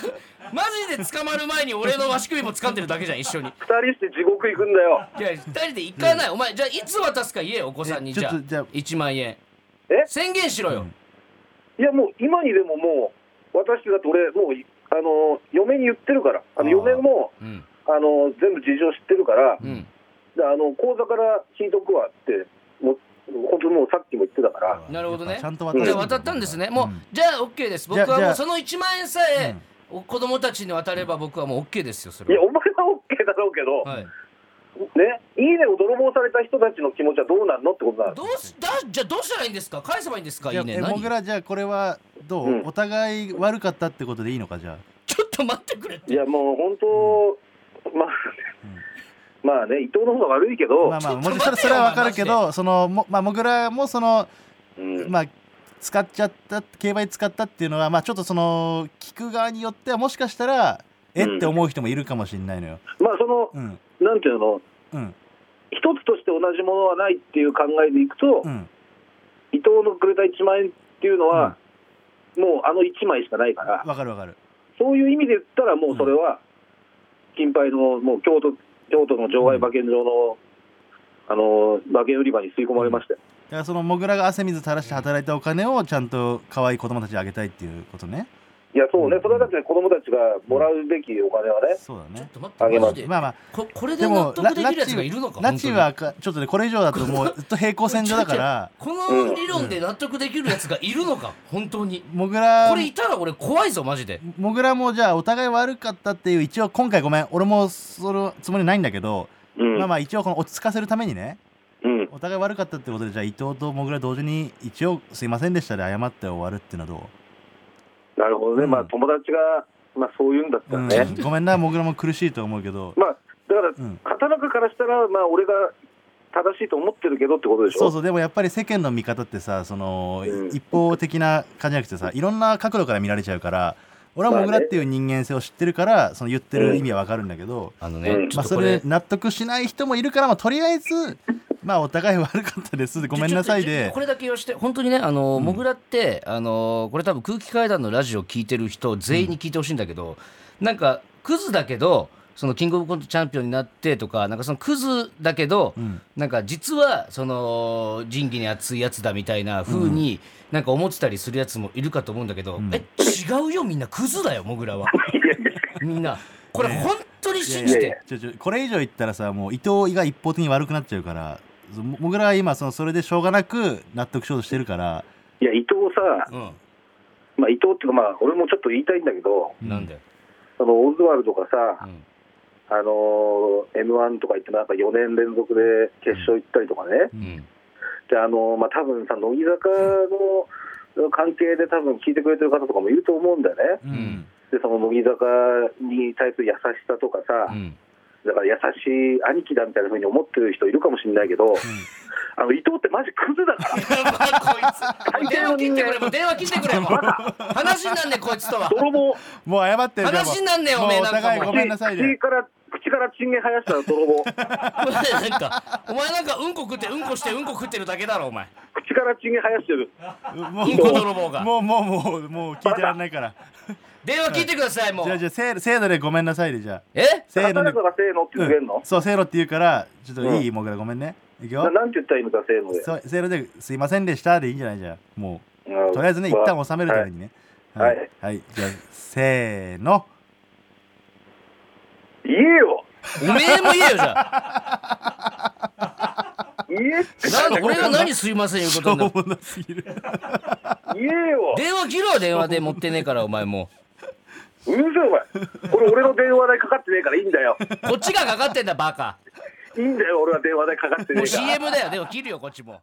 [SPEAKER 2] マジで捕まる前に俺の足首も掴んでるだけじゃん一緒に
[SPEAKER 1] 二人して地獄行くんだよ。
[SPEAKER 2] いや二人で行かないお前じゃあいつ渡すか言えよお子さんに
[SPEAKER 3] えち
[SPEAKER 2] じ
[SPEAKER 3] ょ
[SPEAKER 2] ゃ
[SPEAKER 3] っ
[SPEAKER 2] あ
[SPEAKER 3] とじゃあ
[SPEAKER 2] 1万円
[SPEAKER 1] え
[SPEAKER 2] 宣言しろよ
[SPEAKER 1] いやもう今にでももう、私だって俺、もう、あの、嫁に言ってるから。あの
[SPEAKER 3] あー
[SPEAKER 1] 嫁も、
[SPEAKER 2] うん
[SPEAKER 1] あの、全部事情知ってるから、
[SPEAKER 2] う
[SPEAKER 1] で
[SPEAKER 2] ん
[SPEAKER 1] あの、口座から引いとくわって、もう、本当もうさっきも言ってたから。
[SPEAKER 2] なるほど
[SPEAKER 3] や
[SPEAKER 2] ね
[SPEAKER 3] っぱちゃんと渡
[SPEAKER 1] うん
[SPEAKER 2] じ
[SPEAKER 3] す
[SPEAKER 2] ゃあ渡ったんですね。もう、
[SPEAKER 3] ん
[SPEAKER 2] じゃあ OK です。僕
[SPEAKER 3] じゃ
[SPEAKER 2] は
[SPEAKER 3] あじ
[SPEAKER 2] も
[SPEAKER 3] ゃ
[SPEAKER 2] う
[SPEAKER 3] あ
[SPEAKER 2] その1万円さえ、お子供たちに渡れば僕はもう OK ですよ、そ
[SPEAKER 1] い
[SPEAKER 2] れ
[SPEAKER 1] や、
[SPEAKER 2] は。
[SPEAKER 1] お前は OK だろうけど、
[SPEAKER 2] はい、
[SPEAKER 1] ね、いいねを泥棒された人たちの気持ちはどうなんのってことなの
[SPEAKER 2] どうしだじゃあどうしたらいいんですか返せばいいんですかい
[SPEAKER 3] じゃ
[SPEAKER 2] い
[SPEAKER 3] あ
[SPEAKER 2] ね
[SPEAKER 3] え
[SPEAKER 2] 何
[SPEAKER 3] モグラじゃあこれはど
[SPEAKER 1] うん
[SPEAKER 3] うお互い悪かったってことでいいのかじゃ
[SPEAKER 2] ちょっと待ってくれって
[SPEAKER 1] いや、もう本当、まあ、まあね、伊藤の方が悪いけ
[SPEAKER 3] あ
[SPEAKER 1] ど、
[SPEAKER 3] まあまあ
[SPEAKER 2] ちょ
[SPEAKER 3] も
[SPEAKER 2] っと
[SPEAKER 3] ち
[SPEAKER 2] 待
[SPEAKER 3] ろ
[SPEAKER 2] ってよ
[SPEAKER 3] んそれはわかるけどそのもまあモグラもその
[SPEAKER 1] うん
[SPEAKER 3] まあ使っちゃった競売使ったっていうのはまあちょっとその聞く側によってはもしかしたらえって思う人もいるかもしれないのよ。
[SPEAKER 1] まあ、その、
[SPEAKER 3] うん
[SPEAKER 1] なんていうの、
[SPEAKER 3] うん
[SPEAKER 1] 一つとして同じものはないっていう考えでいくと、
[SPEAKER 3] うん
[SPEAKER 1] 伊藤のくれた1万円っていうのは、もうあの1枚しかないから、
[SPEAKER 3] わかるわかる。
[SPEAKER 1] そういう意味で言ったら、もうそれは、金牌のもう京都京都の場外馬券場の、あの馬券売り場に吸い込まれましたよ、
[SPEAKER 3] だからそのモグラが汗水垂らして働いたお金をちゃんと可愛い子供たちにあげたいっていうことね。
[SPEAKER 1] いや、そうね、それはだって子供たちがもらうべきお金はね、
[SPEAKER 3] そうだ
[SPEAKER 2] ちょっ
[SPEAKER 3] ね。
[SPEAKER 2] と待
[SPEAKER 1] あ
[SPEAKER 2] って
[SPEAKER 1] げま
[SPEAKER 2] マ
[SPEAKER 1] す
[SPEAKER 2] ジで
[SPEAKER 3] まあまあ。
[SPEAKER 2] ここれで
[SPEAKER 3] で
[SPEAKER 2] 納
[SPEAKER 3] も
[SPEAKER 2] 得で
[SPEAKER 3] ラ
[SPEAKER 2] きるやつがいるのか
[SPEAKER 3] ラ
[SPEAKER 2] 本当
[SPEAKER 3] チ
[SPEAKER 2] に
[SPEAKER 3] はかちょっとねこれ以上だともうずっと平行線上だ
[SPEAKER 2] *laughs*
[SPEAKER 3] から。
[SPEAKER 2] この理論で納得できるやつがいるのか本当に
[SPEAKER 3] モグラ
[SPEAKER 2] これいたら俺怖いぞマジで
[SPEAKER 3] モグラもじゃあお互い悪かったっていう一応今回ごめん俺もそのつもりないんだけど、
[SPEAKER 1] うん、
[SPEAKER 3] まあまあ一応この落ち着かせるためにね
[SPEAKER 1] うん、
[SPEAKER 3] お互い悪かったってことでじゃあ伊藤とモグラ同時に一応すいませんでしたで謝って終わるっていうのは
[SPEAKER 1] なるほどね、
[SPEAKER 3] うん
[SPEAKER 1] まあ友達が、まあ、そういうんだった
[SPEAKER 3] どう、
[SPEAKER 1] ら
[SPEAKER 3] うん
[SPEAKER 1] ね、
[SPEAKER 3] ごめんなモグラも苦しいと思うけど、
[SPEAKER 1] まあだから、
[SPEAKER 3] うん、
[SPEAKER 1] 畑中からしたら、まあ俺が正しいと思ってるけどってことでしょ、
[SPEAKER 3] そうそうでもやっぱり世間の見方ってさその、
[SPEAKER 1] うん
[SPEAKER 3] 一方的な感じじゃなくてさいろんな角度から見られちゃうから俺はモグラっていう人間性を知ってるからその言ってる意味はわかるんだけど、
[SPEAKER 2] あのね、
[SPEAKER 1] うん
[SPEAKER 2] ちょ
[SPEAKER 3] ま
[SPEAKER 2] っ
[SPEAKER 3] あ、
[SPEAKER 2] と
[SPEAKER 3] そ
[SPEAKER 2] こ
[SPEAKER 3] れ
[SPEAKER 2] れ
[SPEAKER 3] で納得しない人もいるから、まあ、とりあえず、まあ、お互い悪かったですごめんなさい
[SPEAKER 2] ちょちょちょ
[SPEAKER 3] で
[SPEAKER 2] これだけ言わして本当にねあの、モグラってあのこれ多分空気階段のラジオ聞いてる人全員に聞いてほしいんだけど、なんかクズだけどそのキングオブコントチャンピオンになってとかなんかそのクズだけど、
[SPEAKER 3] うん
[SPEAKER 2] なんか実はその仁義に熱いやつだみたいな風になんか思ってたりするやつもいるかと思うんだけど、
[SPEAKER 3] うん
[SPEAKER 2] え違うよみんなクズだよモグラ
[SPEAKER 1] *laughs*
[SPEAKER 2] はみんなこれ本当に信
[SPEAKER 1] い
[SPEAKER 2] じ
[SPEAKER 1] やい
[SPEAKER 2] て
[SPEAKER 1] や
[SPEAKER 3] ちょちょこれ以上言ったらさもう伊藤が一方的に悪くなっちゃうからそも僕らは今そのそれでしょうがなく納得しようとしてるから
[SPEAKER 1] いや、伊藤さ、
[SPEAKER 2] うん
[SPEAKER 1] まあ、伊藤っていうか、まあ俺もちょっと言いたいんだけど、
[SPEAKER 2] なんだよ、
[SPEAKER 1] そのオズワルドが
[SPEAKER 2] う
[SPEAKER 1] さ、
[SPEAKER 2] ん
[SPEAKER 1] あの m 1とか行って、なんか4年連続で決勝行ったりとかね。
[SPEAKER 2] うん
[SPEAKER 1] であの、まあ、多分さ乃木坂の関係で多分聞いてくれてる方とかもいると思うんだよね
[SPEAKER 2] ん
[SPEAKER 1] でその乃木坂に対する優しさとかさ、
[SPEAKER 2] うん
[SPEAKER 1] だから優しい兄貴だみたいな風に思ってる人いるかもしれないけど、 *laughs* あの伊藤ってマジクズ
[SPEAKER 3] *laughs*
[SPEAKER 2] *laughs*
[SPEAKER 1] だか
[SPEAKER 2] やばいこ
[SPEAKER 1] ら
[SPEAKER 2] いつ電話切ってくれもう電話切ってくれもう話になんねえこいつとは
[SPEAKER 1] 泥棒
[SPEAKER 3] もう謝ってじゃあもう
[SPEAKER 2] 話になんねえおめえ
[SPEAKER 3] もうお
[SPEAKER 2] なんかも
[SPEAKER 3] 互い *laughs* ごめんなさい
[SPEAKER 1] 口
[SPEAKER 3] で
[SPEAKER 1] から口からチンゲ生やしたら泥
[SPEAKER 3] *laughs*
[SPEAKER 1] 棒
[SPEAKER 2] なんかお前なんかうんこ食ってうんこしてうんこ食ってるだけだろお前
[SPEAKER 1] 口からチンゲ生やしてる
[SPEAKER 3] も
[SPEAKER 2] インコ泥棒が
[SPEAKER 3] もうもうもうもう聞いてらんないから
[SPEAKER 2] 電話切ってくださいもう
[SPEAKER 3] じゃあじゃあせーせーのでごめんなさいでじゃあ
[SPEAKER 2] え
[SPEAKER 3] せーので
[SPEAKER 1] 畑中がせーのって言ってくれんの、
[SPEAKER 3] そうせーのって言うからちょっといい、もぐらごめんねいくよ
[SPEAKER 1] ななんて言ったらいいのかせーので
[SPEAKER 3] そうせーのですいませんでしたでいいんじゃないじゃあも
[SPEAKER 1] う
[SPEAKER 3] うんとりあえずね一旦収めるためにね
[SPEAKER 1] はい
[SPEAKER 3] はい、はいじゃあせーの
[SPEAKER 1] 言えよ
[SPEAKER 2] おめえも言えよじゃあ
[SPEAKER 1] 言えって
[SPEAKER 2] なんで俺が何すいません言うことになる
[SPEAKER 3] もなすぎる
[SPEAKER 1] 言えよ
[SPEAKER 2] 電話切ろう電話で持ってねえからお前も
[SPEAKER 1] うるせえお前これ俺の電話代かかってねえからいいんだよ
[SPEAKER 2] うこっちがかかってんだバカ
[SPEAKER 1] いいんだよ俺は電話代かかってね
[SPEAKER 2] もう
[SPEAKER 1] えから
[SPEAKER 2] CM だよでも切るよこっちも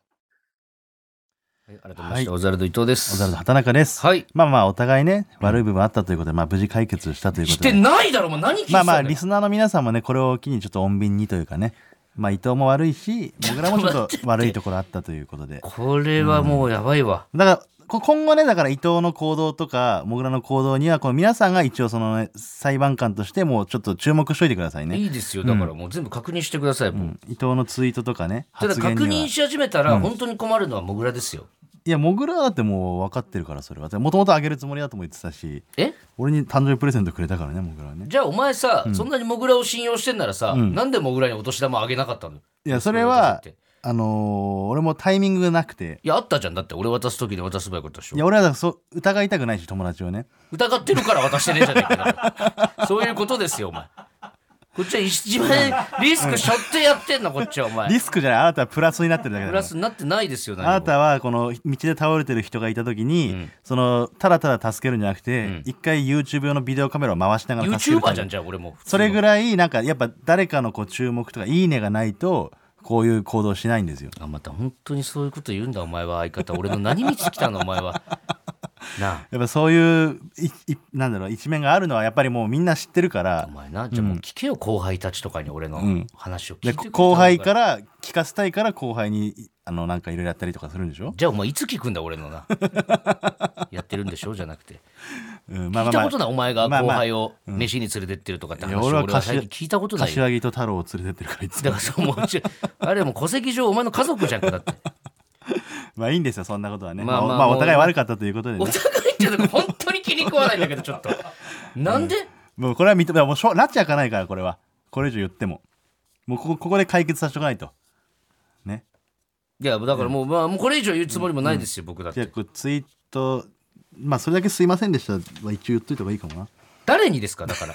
[SPEAKER 2] はい改めまして
[SPEAKER 3] は
[SPEAKER 2] オザルド伊藤で
[SPEAKER 3] お
[SPEAKER 2] す
[SPEAKER 3] ざる畑中です、
[SPEAKER 2] はい
[SPEAKER 3] まあまあお互いね悪い部分あったということで、まあ、無事解決したというこ
[SPEAKER 2] し
[SPEAKER 3] とで
[SPEAKER 2] てないだろもう何聞いて
[SPEAKER 3] ま
[SPEAKER 2] た
[SPEAKER 3] あ
[SPEAKER 2] ん
[SPEAKER 3] ま
[SPEAKER 2] だ
[SPEAKER 3] あ
[SPEAKER 2] よ
[SPEAKER 3] リスナーの皆さんもねこれを機にちょっと穏便にというかねまあ伊藤も悪いし僕らもちょっと悪いところあったということで
[SPEAKER 2] これはもうやばいわ、
[SPEAKER 3] だからこ今後ねだから伊藤の行動とかもぐらの行動にはこの皆さんが一応その、ね、裁判官としてもうちょっと注目しといてくださいね、
[SPEAKER 2] いいですよだからもう全部確認してください、
[SPEAKER 3] う、
[SPEAKER 2] もうん
[SPEAKER 3] 伊藤のツイートとかね
[SPEAKER 2] ただ
[SPEAKER 3] 発言に
[SPEAKER 2] 確
[SPEAKER 3] は
[SPEAKER 2] 認し始めたら本当に困るのはモグラですよ、
[SPEAKER 3] いやもぐらだってもう分かってるからそれはもともとあげるつもりだとも言ってたし
[SPEAKER 2] え
[SPEAKER 3] 俺に誕生日プレゼントくれたからねもぐらはね
[SPEAKER 2] じゃあお前さ、そんなにモグラを信用してんならさ、
[SPEAKER 3] ん
[SPEAKER 2] なんでモグラにお年玉あげなかったの
[SPEAKER 3] いやそれは
[SPEAKER 2] そういうことって
[SPEAKER 3] あのー俺もタイミングがなくて
[SPEAKER 2] いやあったじゃんだって俺渡す時に渡せばよかったでし
[SPEAKER 3] い
[SPEAKER 2] ょ
[SPEAKER 3] や俺はだからそう疑いたくないし友達をね
[SPEAKER 2] 疑ってるから渡してねえじゃねえかよ *laughs* そういうことですよお前こっちは一番リスク背負ってやってんのこっちはお前
[SPEAKER 3] リスクじゃないあなたはプラスになってるだけだ
[SPEAKER 2] プ
[SPEAKER 3] から
[SPEAKER 2] ラスになってないですよ何
[SPEAKER 3] あ
[SPEAKER 2] も
[SPEAKER 3] なたはこの道で倒れてる人がいた時に、
[SPEAKER 2] ん
[SPEAKER 3] そのただただ助けるんじゃなくて、
[SPEAKER 2] ん
[SPEAKER 3] 一回 YouTube 用のビデオカメラを回しながら助ける
[SPEAKER 2] YouTuber じゃん
[SPEAKER 3] じ
[SPEAKER 2] じゃあ俺も普通の
[SPEAKER 3] それぐらいなんかやっぱ誰かのこう注目とかいいねがないとこういう行動しないんですよ
[SPEAKER 2] あまた本当にそういうこと言うんだお前は相方俺の何見つ来たのお前は *laughs* な
[SPEAKER 3] やっぱそういういいなんだろう一面があるのはやっぱりもうみんな知ってるか
[SPEAKER 2] あ
[SPEAKER 3] ら
[SPEAKER 2] お前なじゃあもう聞けよ、後輩たちとかに俺の
[SPEAKER 3] ん
[SPEAKER 2] 話を聞い
[SPEAKER 3] で
[SPEAKER 2] てくれた方が
[SPEAKER 3] 後輩から聞かせたいから後輩にあのなんかいろいろやったりとかするんでしょ、
[SPEAKER 2] じゃあお前いつ聞くんだ俺
[SPEAKER 3] *laughs*
[SPEAKER 2] のなやってるんでしょじゃなくて
[SPEAKER 3] うん、ま
[SPEAKER 2] 聞いたことないお前が
[SPEAKER 3] まあ
[SPEAKER 2] 後
[SPEAKER 3] まあ
[SPEAKER 2] 輩を飯に連れてってるとかって話
[SPEAKER 3] いや俺は
[SPEAKER 2] 俺は最近聞いたことないよ
[SPEAKER 3] 柏木と太郎を連れてってるからいつ
[SPEAKER 2] だ
[SPEAKER 3] も
[SPEAKER 2] からそうもうちょあれもう戸籍上お前の家族じゃんかだって
[SPEAKER 3] まあいいんですよそんなことはね、
[SPEAKER 2] ま
[SPEAKER 3] ま
[SPEAKER 2] あ
[SPEAKER 3] あ
[SPEAKER 2] まあ
[SPEAKER 3] まあお互い悪かったということでね
[SPEAKER 2] お互いってなんか本当に気に食わないんだけどちょっとなんで、
[SPEAKER 3] *laughs* もうこれは認めもうしょ拉致開かないからこれはこれ以上言ってももうここここで解決させておかないとね
[SPEAKER 2] いやだからもう,、まあ、もうこれ以上言うつもりもないですよ、僕だっ
[SPEAKER 3] じゃあ
[SPEAKER 2] て
[SPEAKER 3] こうツイートまあそれだけ「すいませんでした」は一応言っといた方がいいかもな
[SPEAKER 2] 誰にですかだから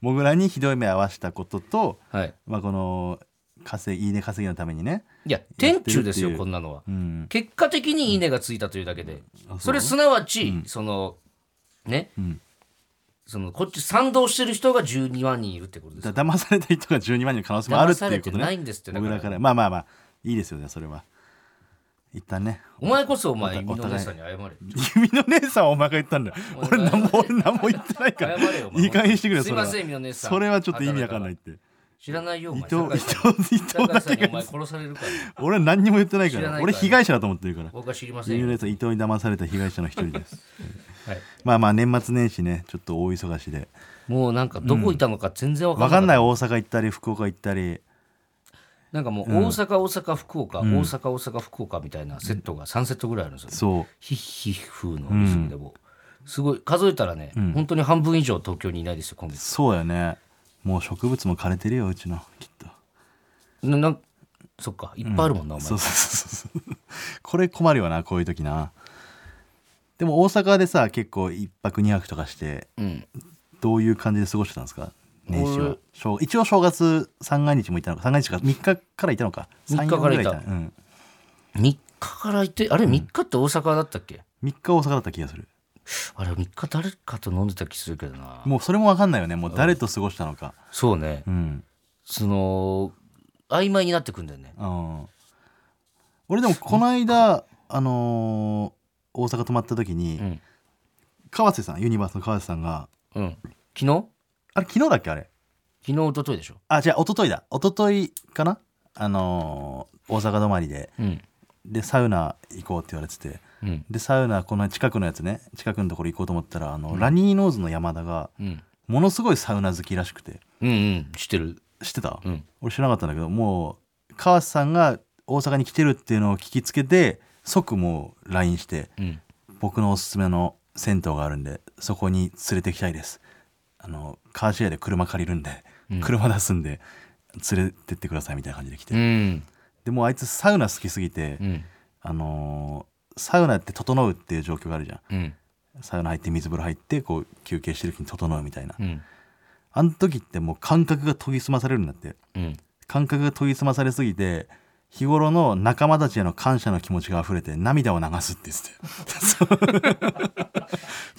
[SPEAKER 3] モグラにひどい目合わせたことと、
[SPEAKER 2] はい
[SPEAKER 3] まあ、この稼ぎいいね稼ぎのためにね
[SPEAKER 2] いや天中です
[SPEAKER 3] やってるってい
[SPEAKER 2] よ
[SPEAKER 3] う
[SPEAKER 2] こんなのは、
[SPEAKER 3] うん
[SPEAKER 2] 結果的に「いいね」がついたというだけで、
[SPEAKER 3] あそう
[SPEAKER 2] それすなわち、そのね、
[SPEAKER 3] ん
[SPEAKER 2] そのこっち賛同してる人が12万人いるってことです
[SPEAKER 3] だ
[SPEAKER 2] よ
[SPEAKER 3] 騙された人が12万人の可能性もあるっていうこと
[SPEAKER 2] 騙され
[SPEAKER 3] ね
[SPEAKER 2] てないんですってだ
[SPEAKER 3] モ
[SPEAKER 2] か
[SPEAKER 3] グ
[SPEAKER 2] ら
[SPEAKER 3] ラからまあまあまあいいですよねそれは一旦ね
[SPEAKER 2] お前こそお前
[SPEAKER 3] お互い
[SPEAKER 2] 弓の姉さんに謝れ
[SPEAKER 3] 君の姉さんはお前が言ったんだよ
[SPEAKER 2] お前
[SPEAKER 3] 俺何も俺何も言ってないか
[SPEAKER 2] 謝
[SPEAKER 3] ら
[SPEAKER 2] れよお前
[SPEAKER 3] いい加減にしてくれよ
[SPEAKER 2] す
[SPEAKER 3] そ
[SPEAKER 2] い
[SPEAKER 3] れ
[SPEAKER 2] ま
[SPEAKER 3] は
[SPEAKER 2] せん弓の姉さん
[SPEAKER 3] それはちょっと意味わかんないって
[SPEAKER 2] 知らないよお
[SPEAKER 3] 伊
[SPEAKER 2] 前
[SPEAKER 3] 藤伊
[SPEAKER 2] 酒井
[SPEAKER 3] 藤
[SPEAKER 2] さ
[SPEAKER 3] 伊藤
[SPEAKER 2] ん酒井
[SPEAKER 3] だ
[SPEAKER 2] さん
[SPEAKER 3] け
[SPEAKER 2] にお前
[SPEAKER 3] が
[SPEAKER 2] 殺されるから
[SPEAKER 3] 俺は何にも言ってないか
[SPEAKER 2] 知らない
[SPEAKER 3] ら
[SPEAKER 2] から
[SPEAKER 3] 俺被害者だと思ってるから
[SPEAKER 2] 僕は知りません
[SPEAKER 3] 君
[SPEAKER 2] よ
[SPEAKER 3] の姉さん伊藤に騙された被害者の一人です
[SPEAKER 2] *laughs* はい
[SPEAKER 3] まあまあ年末年始ねちょっと大忙しで
[SPEAKER 2] もうなんかどこいたのか全然わか
[SPEAKER 3] わ
[SPEAKER 2] んな
[SPEAKER 3] か
[SPEAKER 2] い
[SPEAKER 3] んない大阪行ったり福岡行ったり
[SPEAKER 2] なんかもう大阪、大阪福岡、大阪大阪福岡みたいなセットが3セットぐらいあるんです
[SPEAKER 3] そ
[SPEAKER 2] よ、ヒッヒッフーのお店でも、すごい数えたらね、本当に半分以上東京にいないですよ今
[SPEAKER 3] う
[SPEAKER 2] 月
[SPEAKER 3] そうよねもう植物も枯れてるようちのきっと
[SPEAKER 2] ななそっかいっぱいあるもんな、お前
[SPEAKER 3] そうそうそうそうこれ困るよなこういう時なでも大阪でさ結構一泊二泊とかして
[SPEAKER 2] うん
[SPEAKER 3] どういう感じで過ごしてたんですか年始
[SPEAKER 2] 俺
[SPEAKER 3] は正一応正月三が日もいたのか三が日か3日からいたのか三
[SPEAKER 2] 三日
[SPEAKER 3] 四
[SPEAKER 2] からいた
[SPEAKER 3] ぐうん、
[SPEAKER 2] 3日からいてあれ3日って大阪だったっけ、
[SPEAKER 3] 3日大阪だった気がする
[SPEAKER 2] あれ3日誰かと飲んでた気するけどな
[SPEAKER 3] もうそれも分かんないよねもう誰と過ごしたのか
[SPEAKER 2] そうね、
[SPEAKER 3] うん、
[SPEAKER 2] その曖昧になってくんだよね
[SPEAKER 3] うん、俺でもこの間あのー大阪泊まった時に、
[SPEAKER 2] うん
[SPEAKER 3] 川瀬さんユニバースの川瀬さんが
[SPEAKER 2] うん昨日
[SPEAKER 3] あれ昨日だっけあれ
[SPEAKER 2] 昨日一昨日でしょ
[SPEAKER 3] あ、じゃあ、一昨日だ。一昨日かなあのー大阪泊まりで。
[SPEAKER 2] うん
[SPEAKER 3] で、サウナ行こうって言われてて。
[SPEAKER 2] うん
[SPEAKER 3] で、サウナ、この近くのやつね、近くのところ行こうと思ったら、あの、ラニーノーズの山田が、
[SPEAKER 2] うん
[SPEAKER 3] ものすごいサウナ好きらしくて。
[SPEAKER 2] うんうん知ってる
[SPEAKER 3] 知ってた、
[SPEAKER 2] うん
[SPEAKER 3] 俺知らなかったんだけど、もう、川瀬さんが大阪に来てるっていうのを聞きつけて、即もう LINE して、
[SPEAKER 2] うん
[SPEAKER 3] 僕のおすすめの銭湯があるんでそこに連れてきたいですあのカーシェアで車借りるんで、車出すんで連れてってくださいみたいな感じで来て、
[SPEAKER 2] うん
[SPEAKER 3] でもうあいつサウナ好きすぎて、
[SPEAKER 2] うん
[SPEAKER 3] あのーサウナって整うっていう状況があるじゃん
[SPEAKER 2] うん
[SPEAKER 3] サウナ入って水風呂入ってこう休憩してる時に整うみたいな、
[SPEAKER 2] うん
[SPEAKER 3] あの時ってもう感覚が研ぎ澄まされるんだって
[SPEAKER 2] うん
[SPEAKER 3] 感覚が研ぎ澄まされすぎて日頃の仲間たちへの感謝の気持ちが溢れて涙を流すって言ってて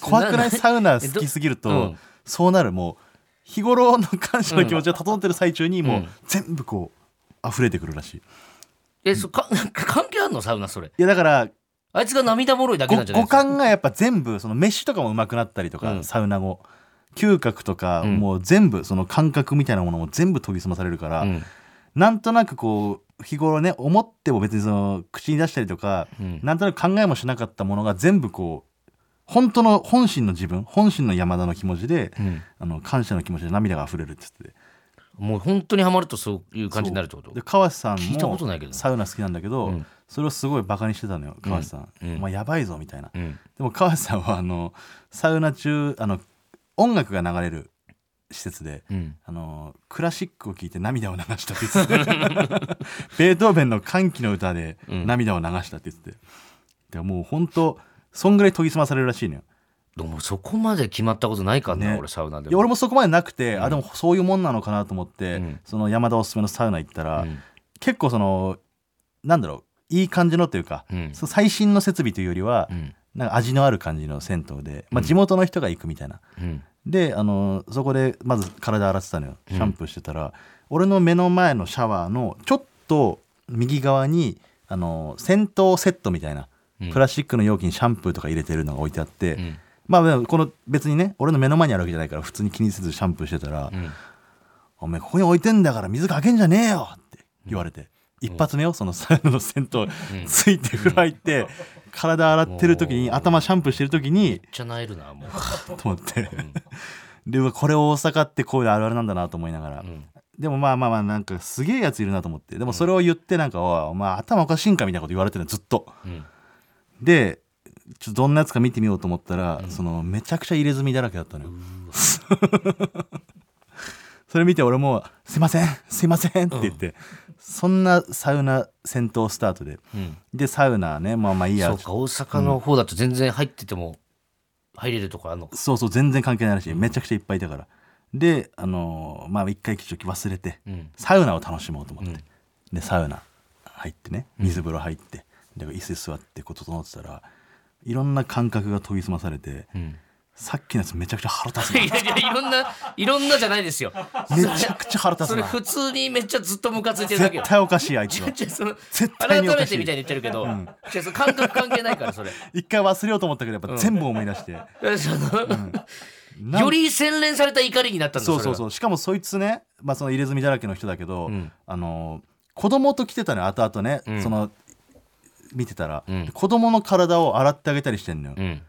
[SPEAKER 3] 怖くないサウナ好きすぎると、
[SPEAKER 2] えどうん
[SPEAKER 3] そうなるもう日頃の感謝の気持ちが整ってる最中にも
[SPEAKER 2] う
[SPEAKER 3] うん全部こう溢れてくるらしいい
[SPEAKER 2] えそか *laughs* 関係あんのサウナそれ
[SPEAKER 3] やだから
[SPEAKER 2] あいつが涙もろいだ
[SPEAKER 3] ご
[SPEAKER 2] けなんじゃない
[SPEAKER 3] 五
[SPEAKER 2] ですか
[SPEAKER 3] 感がやっぱ全部その飯とかもうまくなったりとか、
[SPEAKER 2] うん
[SPEAKER 3] サウナ後嗅覚とか、
[SPEAKER 2] うん
[SPEAKER 3] もう全部その感覚みたいなものも全部研ぎ澄まされるから、
[SPEAKER 2] うん
[SPEAKER 3] なんとなくこう日頃ね思っても別にその口に出したりとか、
[SPEAKER 2] うん
[SPEAKER 3] なんとなく考えもしなかったものが全部こう本当の本心の自分本心の山田の気持ちで、
[SPEAKER 2] うん
[SPEAKER 3] あの感謝の気持ちで涙が溢れるって言ってて
[SPEAKER 2] もう本当にハマるとそういう感じになるってこと
[SPEAKER 3] で川瀬さん
[SPEAKER 2] 聞いたことないけど
[SPEAKER 3] もサウナ好きなんだけど、
[SPEAKER 2] うん
[SPEAKER 3] それをすごいバカにしてたのよ川瀬さん、
[SPEAKER 2] うんうん
[SPEAKER 3] お前やばいぞみたいな、
[SPEAKER 2] うん
[SPEAKER 3] でも川瀬さんはあのサウナ中あの音楽が流れる施設で、
[SPEAKER 2] うん
[SPEAKER 3] あのクラシックを聴いて涙を流したって言って
[SPEAKER 2] *laughs*
[SPEAKER 3] てベートーベンの「歓喜の歌」で
[SPEAKER 2] うん
[SPEAKER 3] 涙を流したって言ってて、でもう本当そんぐらい研ぎ澄まされるらしいのよ
[SPEAKER 2] でもそこまで決まったことないからな
[SPEAKER 3] ね
[SPEAKER 2] 俺サウナで
[SPEAKER 3] いや
[SPEAKER 2] も
[SPEAKER 3] 俺もそこまでなくて、あでもそういうもんなのかなと思って、
[SPEAKER 2] うん
[SPEAKER 3] その山田おすすめのサウナ行ったら、
[SPEAKER 2] うん
[SPEAKER 3] 結構そのなんだろういい感じのというか、
[SPEAKER 2] うん
[SPEAKER 3] その最新の設備というよりは、
[SPEAKER 2] うん
[SPEAKER 3] なんか味のある感じの銭湯で、ま
[SPEAKER 2] う
[SPEAKER 3] あ、
[SPEAKER 2] ん
[SPEAKER 3] 地元の人が行くみたいな、
[SPEAKER 2] うん
[SPEAKER 3] であのそこでまず体洗ってたのよシャンプーしてたら、俺の目の前のシャワーのちょっと右側にあの銭湯セットみたいな
[SPEAKER 2] うん
[SPEAKER 3] プラスチックの容器にシャンプーとか入れてるのが置いてあって、
[SPEAKER 2] うん
[SPEAKER 3] まあでもこの別にね俺の目の前にあるわけじゃないから普通に気にせずシャンプーしてたら「
[SPEAKER 2] うん
[SPEAKER 3] お前ここに置いてんだから水かけんじゃねえよ!」って言われて、一発目よそのサウナの銭湯ついて風呂入って、体洗ってる時に頭シャンプーしてる時に
[SPEAKER 2] めっちゃなえる
[SPEAKER 3] *laughs*
[SPEAKER 2] なもう
[SPEAKER 3] と思って、でうわこれ大阪ってこういうあるあるなんだなと思いながら、
[SPEAKER 2] ん
[SPEAKER 3] でもまあまあまあなんかすげえやついるなと思ってでもそれを言ってなんか「おいお前頭おかしいんか」みたいなこと言われてるのずっと。
[SPEAKER 2] うん
[SPEAKER 3] でちょっとどんなやつか見てみようと思ったら、そのめちゃくちゃ入れ墨だらけだったのよ。 *laughs* それ見て俺も「すいませんすいません」って言って、そんなサウナ戦闘スタートで
[SPEAKER 2] うん
[SPEAKER 3] でサウナねまあまあいいや
[SPEAKER 2] そうか大阪の方だと全然入ってても入れるとこあんのか
[SPEAKER 3] そうそう全然関係ないらしいめちゃくちゃいっぱいいたからであのーまあ一回ちょっと忘れて、
[SPEAKER 2] うん
[SPEAKER 3] サウナを楽しもうと思って、
[SPEAKER 2] うん
[SPEAKER 3] でサウナ入ってね水風呂入って、で椅子座ってこう整ってたらいろんな感覚が研ぎ澄まされて、
[SPEAKER 2] うん
[SPEAKER 3] さっきのやつめちゃくちゃ腹立つ
[SPEAKER 2] い
[SPEAKER 3] な
[SPEAKER 2] やいやいろんないろんなじゃないですよ
[SPEAKER 3] めちゃくちゃ腹立
[SPEAKER 2] *laughs* そ
[SPEAKER 3] つ
[SPEAKER 2] れ
[SPEAKER 3] な
[SPEAKER 2] 普通にめっちゃずっとムカついてるだけよ
[SPEAKER 3] 絶対おかしいあいつは
[SPEAKER 2] *laughs* 違う違うその
[SPEAKER 3] 絶対
[SPEAKER 2] 改
[SPEAKER 3] におか
[SPEAKER 2] め
[SPEAKER 3] しい
[SPEAKER 2] てみたいに言ってるけど、違うその感覚関係ないからそれ
[SPEAKER 3] 一回忘れようと思ったけどやっぱ全部思い出して、
[SPEAKER 2] その
[SPEAKER 3] なん
[SPEAKER 2] *laughs* より洗練された怒りになったんだ
[SPEAKER 3] そうそう
[SPEAKER 2] そ
[SPEAKER 3] そうしかもそいつね、まあ、その入れ墨だらけの人だけど、
[SPEAKER 2] ん
[SPEAKER 3] あの子供と来てたのよ後々ね、
[SPEAKER 2] ん
[SPEAKER 3] その見てたら、
[SPEAKER 2] うん
[SPEAKER 3] 子供の体を洗ってあげたりしてんのよ、
[SPEAKER 2] れがうん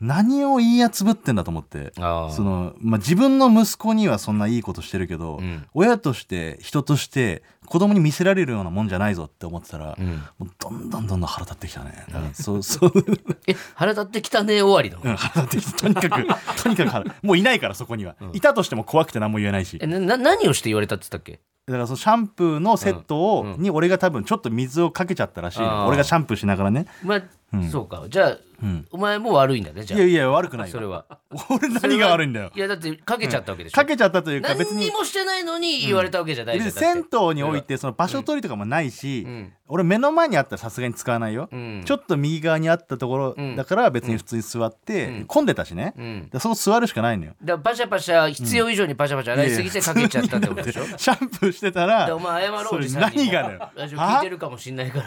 [SPEAKER 3] 何を言いやつぶってんだと思って
[SPEAKER 2] ああ
[SPEAKER 3] その、まあ、自分の息子にはそんないいことしてるけど、
[SPEAKER 2] うん
[SPEAKER 3] 親として人として子供に見せられるようなもんじゃないぞって思ってたら、
[SPEAKER 2] うん
[SPEAKER 3] もうどんどんどんどん腹立ってきたねだからそうそう *laughs*
[SPEAKER 2] え腹立ってきたね終わりの、
[SPEAKER 3] うん腹立ってきたとにかくとにかく腹もういないからそこには、いたとしても怖くて何も言えないし
[SPEAKER 2] えなな何をして言われたって言ったっけ
[SPEAKER 3] だからそのシャンプーのセットを、
[SPEAKER 2] うんうん
[SPEAKER 3] に俺が多分ちょっと水をかけちゃったらしい
[SPEAKER 2] あ
[SPEAKER 3] の
[SPEAKER 2] ー
[SPEAKER 3] 俺がシャンプーしながらね
[SPEAKER 2] まあ、
[SPEAKER 3] うん
[SPEAKER 2] そうかじゃあ、
[SPEAKER 3] ん
[SPEAKER 2] お前も悪いんだねじ
[SPEAKER 3] い
[SPEAKER 2] ゃ
[SPEAKER 3] やいや悪く
[SPEAKER 2] あ
[SPEAKER 3] ない
[SPEAKER 2] それ
[SPEAKER 3] よ
[SPEAKER 2] は
[SPEAKER 3] 俺何が悪いんだよ
[SPEAKER 2] いやだってかけちゃったわけでしょ、
[SPEAKER 3] かけちゃったというか別
[SPEAKER 2] 何に
[SPEAKER 3] に
[SPEAKER 2] もしてないのに言われたわけじゃない
[SPEAKER 3] 別
[SPEAKER 2] じゃ
[SPEAKER 3] に
[SPEAKER 2] んだって
[SPEAKER 3] 銭湯においてその場所取りとかもないし、
[SPEAKER 2] うん
[SPEAKER 3] 俺目の前にあったらさすがに使わないよ、
[SPEAKER 2] うん
[SPEAKER 3] ちょっと右側にあったとこ
[SPEAKER 2] う
[SPEAKER 3] ろ
[SPEAKER 2] ん
[SPEAKER 3] だから別に普通に座って、
[SPEAKER 2] うん
[SPEAKER 3] 混んでたしね、
[SPEAKER 2] うん
[SPEAKER 3] でそこ座るしかないのよ
[SPEAKER 2] だからパシャパシャ必要以上にパシャパシャ洗いすぎてかけちゃったってことでしょ、
[SPEAKER 3] いやいや *laughs* シャンプーしてたら
[SPEAKER 2] *laughs* でお前謝ろうおじ
[SPEAKER 3] そ
[SPEAKER 2] さ
[SPEAKER 3] れ
[SPEAKER 2] ん
[SPEAKER 3] 何
[SPEAKER 2] にも
[SPEAKER 3] がだよ
[SPEAKER 2] ラジオ聞いてるかもしんないから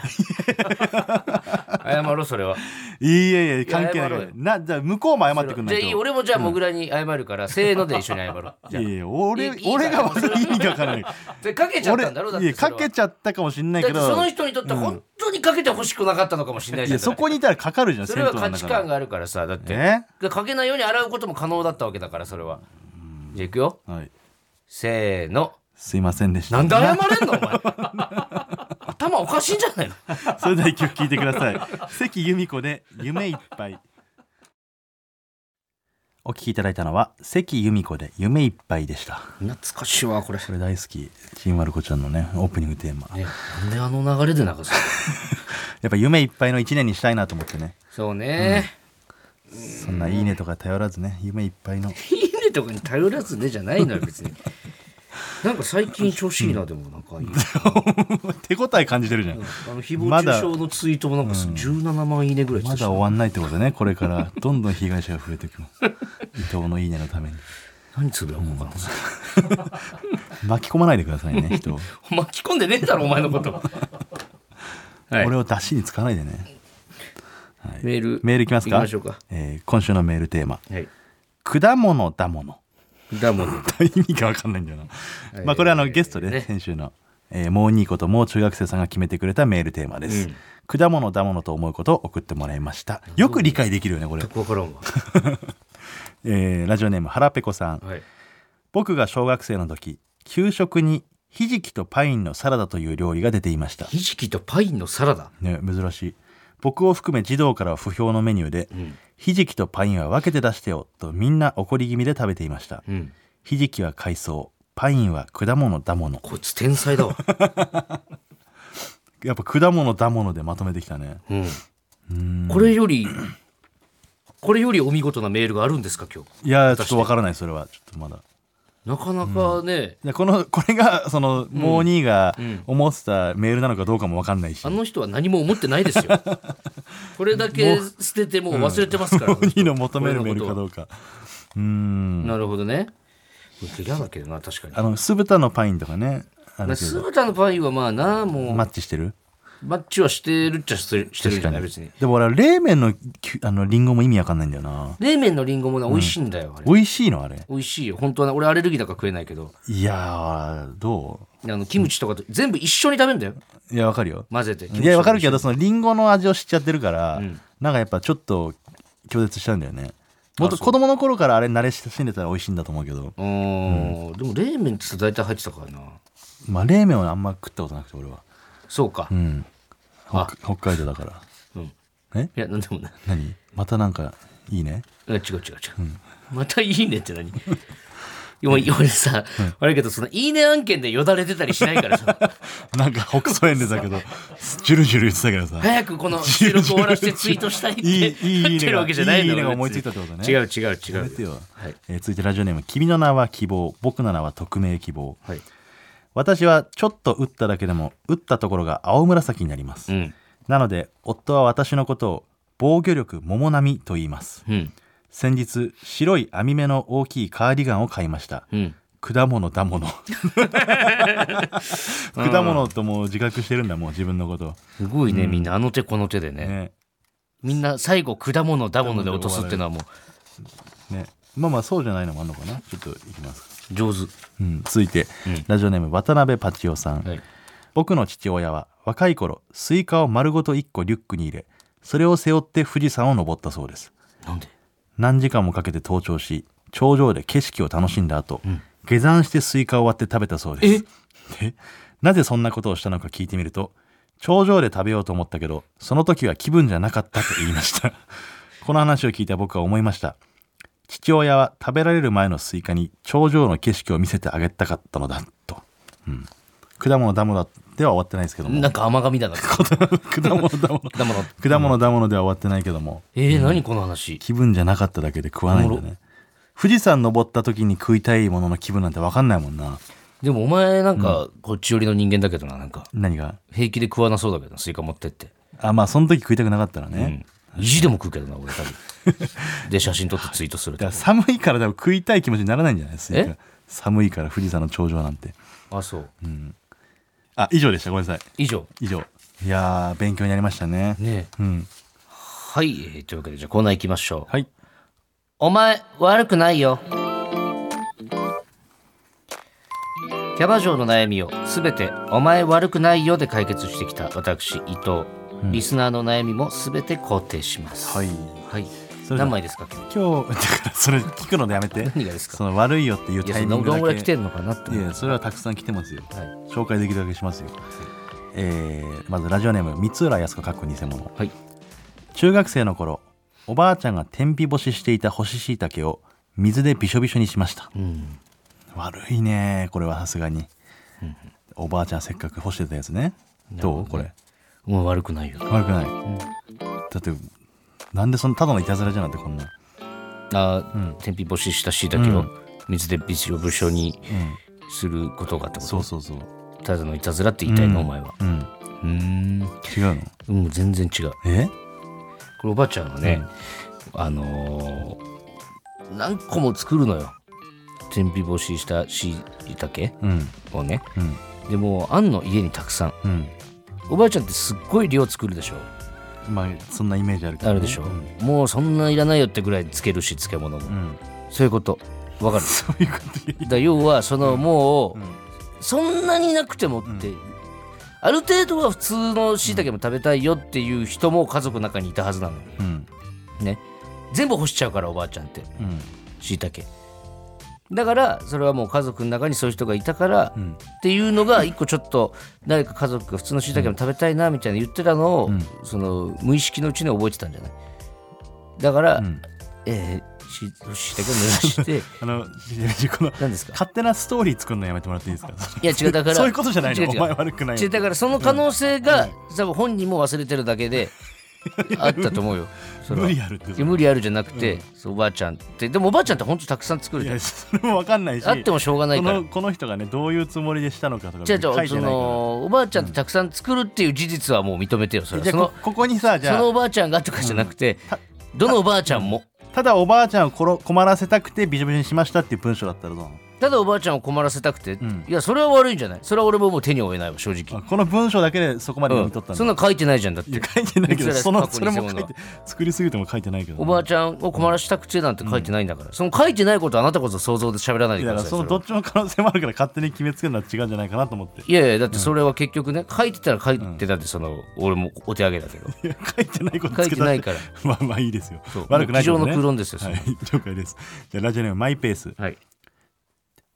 [SPEAKER 2] *laughs* 謝ろうそれはい
[SPEAKER 3] いえいえ関係ない
[SPEAKER 2] いや謝ろうよ
[SPEAKER 3] なじゃあ向こうも謝ってくんな
[SPEAKER 2] じゃあ
[SPEAKER 3] いと
[SPEAKER 2] いい俺もじゃあモグラに謝るから、せーので一緒に謝ろう *laughs* じゃ
[SPEAKER 3] い
[SPEAKER 2] あ
[SPEAKER 3] やいや俺
[SPEAKER 2] いいいいから
[SPEAKER 3] 俺が悪い意味がわからない
[SPEAKER 2] でかけちゃったんだろだっ
[SPEAKER 3] 俺いや
[SPEAKER 2] てそれ
[SPEAKER 3] かけ
[SPEAKER 2] は
[SPEAKER 3] ちゃったかもしれない
[SPEAKER 2] だっ
[SPEAKER 3] け
[SPEAKER 2] て
[SPEAKER 3] ど
[SPEAKER 2] その人にとっては本当にかけてほしくなかったのかもしれない
[SPEAKER 3] い
[SPEAKER 2] じゃ
[SPEAKER 3] や
[SPEAKER 2] ん
[SPEAKER 3] そこにいたらかかるじゃん
[SPEAKER 2] それは
[SPEAKER 3] 銭湯の
[SPEAKER 2] 価
[SPEAKER 3] 中
[SPEAKER 2] 値
[SPEAKER 3] だ
[SPEAKER 2] 観があるからさだって、
[SPEAKER 3] ね
[SPEAKER 2] でかけないように洗うことも可能だったわけだからそれはじゃあいくよ
[SPEAKER 3] はい
[SPEAKER 2] せーの
[SPEAKER 3] すいませんでした
[SPEAKER 2] なんで謝れんのお *laughs* 前頭おかしいんじゃないの
[SPEAKER 3] *laughs* それでは一曲聴いてください *laughs* 関由美子で夢いっぱいお聴きいただいたのは関由美子で夢いっぱいでした
[SPEAKER 2] 懐かしいわこれ
[SPEAKER 3] これ大好きチームワルコちゃんのねオープニングテーマ
[SPEAKER 2] ね、なんであの流れで流すの
[SPEAKER 3] やっぱ夢いっぱいの一年にしたいなと思ってね
[SPEAKER 2] そうね、
[SPEAKER 3] そんないいねとか頼らずね夢いっぱいの *laughs*
[SPEAKER 2] いいねとかに頼らずねじゃないのよ別 *laughs* になんか最近調子いいな、でもなんか *laughs* いい
[SPEAKER 3] 手応え感じてるじゃん
[SPEAKER 2] あの誹謗中傷のツイートもなんか17万いいねぐらい
[SPEAKER 3] ま
[SPEAKER 2] して
[SPEAKER 3] だ終わんないってことねこれからどんどん被害者が増えていくの伊藤のいいねのために
[SPEAKER 2] 何つぶやこうかな、
[SPEAKER 3] 巻き込まないでくださいね人を、
[SPEAKER 2] *laughs* 巻き込んでねえだろお前の *laughs* こと、はい、
[SPEAKER 3] 俺を出しに使わないでね
[SPEAKER 2] メール
[SPEAKER 3] メールいきますか
[SPEAKER 2] 行きましょうか
[SPEAKER 3] えー今週のメールテーマ
[SPEAKER 2] はい
[SPEAKER 3] 「果物だもの
[SPEAKER 2] だもん」
[SPEAKER 3] 意味が分かんないんだよな、まあこれあのゲストで、ね
[SPEAKER 2] ね
[SPEAKER 3] 先週の、えーもうにいこともう中学生さんが決めてくれたメールテーマです、果物だものと思うことを送ってもらいましたよく理解できるよねこれ
[SPEAKER 2] 全、く分から *laughs* んわ、
[SPEAKER 3] えーラジオネームはらぺこさん
[SPEAKER 2] はい、
[SPEAKER 3] 僕が小学生の時給食にひじきとパインのサラダという料理が出ていました、
[SPEAKER 2] ひじきとパインのサラダ
[SPEAKER 3] ね、珍しい僕を含め児童からは不評のメニューで、ひじきとパインは分けて出してよとみんな怒り気味で食べていました、
[SPEAKER 2] うん
[SPEAKER 3] ひじきは海藻パインは果物だもの
[SPEAKER 2] こいつ天才 *laughs* だわ、
[SPEAKER 3] やっぱ果物だものでまとめてきたね
[SPEAKER 2] うん、これよりこれよりお見事なメールがあるんですか今日
[SPEAKER 3] いやーちょっとわからないそれはちょっとまだ
[SPEAKER 2] なかなかね、
[SPEAKER 3] いやこの *laughs* これがその、モーニーが
[SPEAKER 2] うん
[SPEAKER 3] 思ってたメールなのかどうかもわかんないし、
[SPEAKER 2] あの人は何も思ってないですよ
[SPEAKER 3] *laughs*
[SPEAKER 2] これだけ捨ててもう忘れてますから、
[SPEAKER 3] モー *laughs* ニーの求めるメール
[SPEAKER 2] こ
[SPEAKER 3] か
[SPEAKER 2] れの
[SPEAKER 3] ど
[SPEAKER 2] こ
[SPEAKER 3] うかうーん
[SPEAKER 2] となるほどねこれ嫌だけどな確かに
[SPEAKER 3] あの酢豚のパインとかねあ
[SPEAKER 2] まあ
[SPEAKER 3] るけ
[SPEAKER 2] 酢
[SPEAKER 3] ど
[SPEAKER 2] 豚のパインはまあなもう
[SPEAKER 3] マッチしてる
[SPEAKER 2] マッチはしてるっちゃしてるしてるんじゃない別に
[SPEAKER 3] でも俺冷麺のきゅあのリンゴも意味わかんないんだよな
[SPEAKER 2] 冷麺のリンゴもな美味しいんだよ、あれ
[SPEAKER 3] 美味しいのあれ
[SPEAKER 2] 美味しいよ本当はな俺アレルギーだから食えないけど
[SPEAKER 3] いやーど
[SPEAKER 2] あのキムチとかと全部一緒に食べるんだよ
[SPEAKER 3] ういやわかるよ
[SPEAKER 2] 混ぜて
[SPEAKER 3] いやわかるけ
[SPEAKER 2] ど
[SPEAKER 3] どそのリンゴの味を知っちゃってるから、
[SPEAKER 2] ん
[SPEAKER 3] なんかやっぱちょっと拒絶しちゃうんだよねもっと子供の頃からあれ慣れ親しんでたら美味しいんだと思うけど、
[SPEAKER 2] うん、でも冷麺ってさ大体入ってたからな
[SPEAKER 3] まあ、冷麺はあんま食ったことなくて俺は
[SPEAKER 2] そうか、
[SPEAKER 3] うん
[SPEAKER 2] あ
[SPEAKER 3] 北北海道だから
[SPEAKER 2] うんい
[SPEAKER 3] え
[SPEAKER 2] やなんでもない
[SPEAKER 3] 何またなんかいいね
[SPEAKER 2] いや違う違う違う、また「いいね」って何今俺さ、悪いけどその「いいね」案件でよだれ出たりしないからさ
[SPEAKER 3] *laughs* *laughs* なんか北総園でだけど *laughs* ジュルジュル言ってたけどさ
[SPEAKER 2] 早くこの収録終わらせてツイートしたいっ
[SPEAKER 3] *laughs*
[SPEAKER 2] て
[SPEAKER 3] いいいいいいねが
[SPEAKER 2] なってるわけじゃない
[SPEAKER 3] い
[SPEAKER 2] の
[SPEAKER 3] いねが
[SPEAKER 2] 俺
[SPEAKER 3] 思いついたってことね
[SPEAKER 2] 違う違う違
[SPEAKER 3] やめ
[SPEAKER 2] う
[SPEAKER 3] てよ、
[SPEAKER 2] はい
[SPEAKER 3] えー続いてラジオネーム「君の名は希望僕の名は匿名希望
[SPEAKER 2] はい」
[SPEAKER 3] 私はちょっと打っただけでも打ったところが青紫になります、
[SPEAKER 2] うん
[SPEAKER 3] なので夫は私のことを防御力桃並みと言います
[SPEAKER 2] うん
[SPEAKER 3] 先日白い網目の大きいカーディガンを買いました
[SPEAKER 2] うん
[SPEAKER 3] 果物だもの果物ともう自覚してるんだもう自分のこと
[SPEAKER 2] すごいね、みんなあの手この手でね
[SPEAKER 3] ね
[SPEAKER 2] みんな最後果物だもので落とすっていうのはも
[SPEAKER 3] ねまあまあそうじゃないのもあるのかなちょっといきます、
[SPEAKER 2] う上手
[SPEAKER 3] うん、続いて、
[SPEAKER 2] うん
[SPEAKER 3] ラジオネーム渡辺パチオさん、
[SPEAKER 2] はい
[SPEAKER 3] 僕の父親は若い頃スイカを丸ごと1個リュックに入れそれを背負って富士山を登ったそうです
[SPEAKER 2] なんで
[SPEAKER 3] 何時間もかけて登頂し頂上で景色を楽しんだ後、下山してスイカを割って食べたそうですでなぜそんなことをしたのか聞いてみると頂上で食べようと思ったけどその時は気分じゃなかったと言いました *laughs* この話を聞いた僕は思いました父親は食べられる前のスイカに頂上の景色を見せてあげたかったのだと、うん、果物ダムだでは終わってないですけども
[SPEAKER 2] なんか甘噛みだな
[SPEAKER 3] *laughs*
[SPEAKER 2] 果
[SPEAKER 3] 果
[SPEAKER 2] *laughs*
[SPEAKER 3] 物だもの
[SPEAKER 2] 物
[SPEAKER 3] 果物だものでは終わってないけども
[SPEAKER 2] えー、何この話
[SPEAKER 3] 気分じゃなかっただけで食わないんだね富士山登った時に食いたいものの気分なんて分かんないもんな
[SPEAKER 2] でもお前なんかこっち寄りの人間だけどななんか
[SPEAKER 3] 何が
[SPEAKER 2] 平気で食わなそうだけどなスイカ持ってって、
[SPEAKER 3] あまあその時食いたくなかったら
[SPEAKER 2] う
[SPEAKER 3] ね、
[SPEAKER 2] ん、意地でも食うけどな俺
[SPEAKER 3] *laughs*
[SPEAKER 2] 多分で写真撮ってツイートする
[SPEAKER 3] だか
[SPEAKER 2] と
[SPEAKER 3] ら寒いからでも食いたい気持ちにならないんじゃないです
[SPEAKER 2] え
[SPEAKER 3] か寒いから富士山の頂上なんて
[SPEAKER 2] あそう
[SPEAKER 3] あ以上でしたごめんなさい
[SPEAKER 2] 以上
[SPEAKER 3] 以上いやー勉強になりましたね
[SPEAKER 2] ねえ
[SPEAKER 3] うん
[SPEAKER 2] はい、えーというわけでじゃあコーナー行きましょう
[SPEAKER 3] はい
[SPEAKER 2] お前悪くないよキャバ嬢の悩みをすべて「お前悪くないよ」で解決してきた私伊藤、リスナーの悩みもすべて肯定します
[SPEAKER 3] はい
[SPEAKER 2] はい
[SPEAKER 3] それじゃ
[SPEAKER 2] 何枚ですか今日
[SPEAKER 3] 今日 *laughs* だからそれ聞くのでやめて
[SPEAKER 2] 何がですか
[SPEAKER 3] その悪いよっていう
[SPEAKER 2] いや
[SPEAKER 3] タ
[SPEAKER 2] そ
[SPEAKER 3] イ
[SPEAKER 2] ん
[SPEAKER 3] ミ
[SPEAKER 2] な
[SPEAKER 3] ングだ
[SPEAKER 2] どんぐらい
[SPEAKER 3] け
[SPEAKER 2] 来てんのかなって
[SPEAKER 3] い
[SPEAKER 2] 思う
[SPEAKER 3] やそれはたくさん来てますよ、
[SPEAKER 2] はい
[SPEAKER 3] 紹介できるだけしますよ、えーまずラジオネーム三浦靖子かっこ偽物
[SPEAKER 2] はい
[SPEAKER 3] 中学生の頃おばあちゃんが天日干ししていた干し椎茸を水でびしょびしょにしました
[SPEAKER 2] うん
[SPEAKER 3] 悪いねこれはさすがに、おばあちゃんせっかく干してたやつねどうこれ
[SPEAKER 2] お前悪くないよ
[SPEAKER 3] 悪くない、だってなんでそのただのいたずらじゃなくてこんな
[SPEAKER 2] あ、天日干ししたしいたけを水でびしょぶしょにすることがってこと、
[SPEAKER 3] そうそうそう
[SPEAKER 2] ただのいたずらって言いたいの、お前は
[SPEAKER 3] うん
[SPEAKER 2] うーん
[SPEAKER 3] 違うの
[SPEAKER 2] うん全然違う
[SPEAKER 3] え
[SPEAKER 2] これおばあちゃんはね、あのー何個も作るのよ天日干ししたしいたけ
[SPEAKER 3] うん
[SPEAKER 2] をね
[SPEAKER 3] うん
[SPEAKER 2] でもうあんの家にたくさん
[SPEAKER 3] うん
[SPEAKER 2] おばあちゃんってすっごい量作るでしょ
[SPEAKER 3] まあそんなイメージあるけどね、
[SPEAKER 2] あるでしょ、もうそんないらないよってぐらいつけるし漬物も、
[SPEAKER 3] ん
[SPEAKER 2] そういうことわかる
[SPEAKER 3] そういうこと言
[SPEAKER 2] だ要はそのもう、そんなになくてもって、ある程度は普通のしいたけも食べたいよっていう人も家族の中にいたはずなのよ
[SPEAKER 3] ううん
[SPEAKER 2] ね全部干しちゃうからおばあちゃんって
[SPEAKER 3] うん
[SPEAKER 2] しいたけだからそれはもう家族の中にそういう人がいたから、
[SPEAKER 3] ん
[SPEAKER 2] っていうのが一個ちょっと誰か家族が普通のしいたけも食べたいなみたいな言ってたのを、その無意識のうちに覚えてたんじゃないだから、えーししいたけを濡らして
[SPEAKER 3] *laughs* あのこの
[SPEAKER 2] 何ですか
[SPEAKER 3] 勝手なストーリー作るのやめてもらっていいですか
[SPEAKER 2] いや違うだから
[SPEAKER 3] そういうことじゃないの
[SPEAKER 2] 違う違う
[SPEAKER 3] お前悪くないよ
[SPEAKER 2] 違うだからその可能性が、多分本人も忘れてるだけ
[SPEAKER 3] *laughs*
[SPEAKER 2] であったと思うよそれは
[SPEAKER 3] 無理あるって
[SPEAKER 2] いや無理あるじゃなくて、そうおばあちゃんってでもおばあちゃんって本当たくさん作
[SPEAKER 3] い
[SPEAKER 2] るじゃん
[SPEAKER 3] やそれも分かんないし
[SPEAKER 2] あってもしょうがない
[SPEAKER 3] こ
[SPEAKER 2] から
[SPEAKER 3] のこの人がねどういうつもりでしたのかとか
[SPEAKER 2] じ
[SPEAKER 3] 書
[SPEAKER 2] ゃ
[SPEAKER 3] い
[SPEAKER 2] あ
[SPEAKER 3] て
[SPEAKER 2] じ
[SPEAKER 3] ないから
[SPEAKER 2] ゃあそのおばあちゃんってたくさん作るっていう事実はもう認めてよそれ
[SPEAKER 3] じゃあ
[SPEAKER 2] はそ
[SPEAKER 3] こ
[SPEAKER 2] の
[SPEAKER 3] ここにさじ
[SPEAKER 2] そ
[SPEAKER 3] ゃ
[SPEAKER 2] のお
[SPEAKER 3] あ
[SPEAKER 2] ばあちゃんがとかじゃなくて、どのおばあちゃんも、
[SPEAKER 3] ただおばあちゃんをころ困らせたくてびしょびしょにしましたっていう文章だったらどうなの
[SPEAKER 2] ただおばあちゃんを困らせたくて、いやそれは悪いんじゃないそれは俺ももう手に負えないわ正
[SPEAKER 3] あ
[SPEAKER 2] 直、
[SPEAKER 3] この文章だけでそこまで読み取ったん
[SPEAKER 2] そ
[SPEAKER 3] だ、
[SPEAKER 2] んな書いてないじゃんだって
[SPEAKER 3] いや書いてないけど
[SPEAKER 2] いつだ
[SPEAKER 3] その
[SPEAKER 2] 過去
[SPEAKER 3] それも書
[SPEAKER 2] 偽物
[SPEAKER 3] い
[SPEAKER 2] は
[SPEAKER 3] て作りすぎても書いてないけど
[SPEAKER 2] おばあちゃんを困らせたくてなんて書いてないんだから、その書いてないことはあなたこそ想像で喋らないで
[SPEAKER 3] だか
[SPEAKER 2] くだ
[SPEAKER 3] ら
[SPEAKER 2] さい
[SPEAKER 3] その
[SPEAKER 2] れは
[SPEAKER 3] どっちも可能性もあるから勝手に決めつけるのは違うんじゃないかなと思
[SPEAKER 2] *laughs*
[SPEAKER 3] って
[SPEAKER 2] いやいやだってそれは結局ね書いてたら書いてたってその、俺もお手上げだけ *laughs* ど
[SPEAKER 3] いや書いてないこと
[SPEAKER 2] 書
[SPEAKER 3] つ
[SPEAKER 2] い
[SPEAKER 3] け
[SPEAKER 2] て
[SPEAKER 3] た
[SPEAKER 2] な
[SPEAKER 3] って
[SPEAKER 2] いから
[SPEAKER 3] *laughs* まあまあいいですよ
[SPEAKER 2] そう
[SPEAKER 3] 悪くないけど
[SPEAKER 2] もう机
[SPEAKER 3] ね
[SPEAKER 2] 上の空論ですよそ
[SPEAKER 3] は
[SPEAKER 2] れ
[SPEAKER 3] い了解ですじゃあラジオネームマイペース
[SPEAKER 2] はい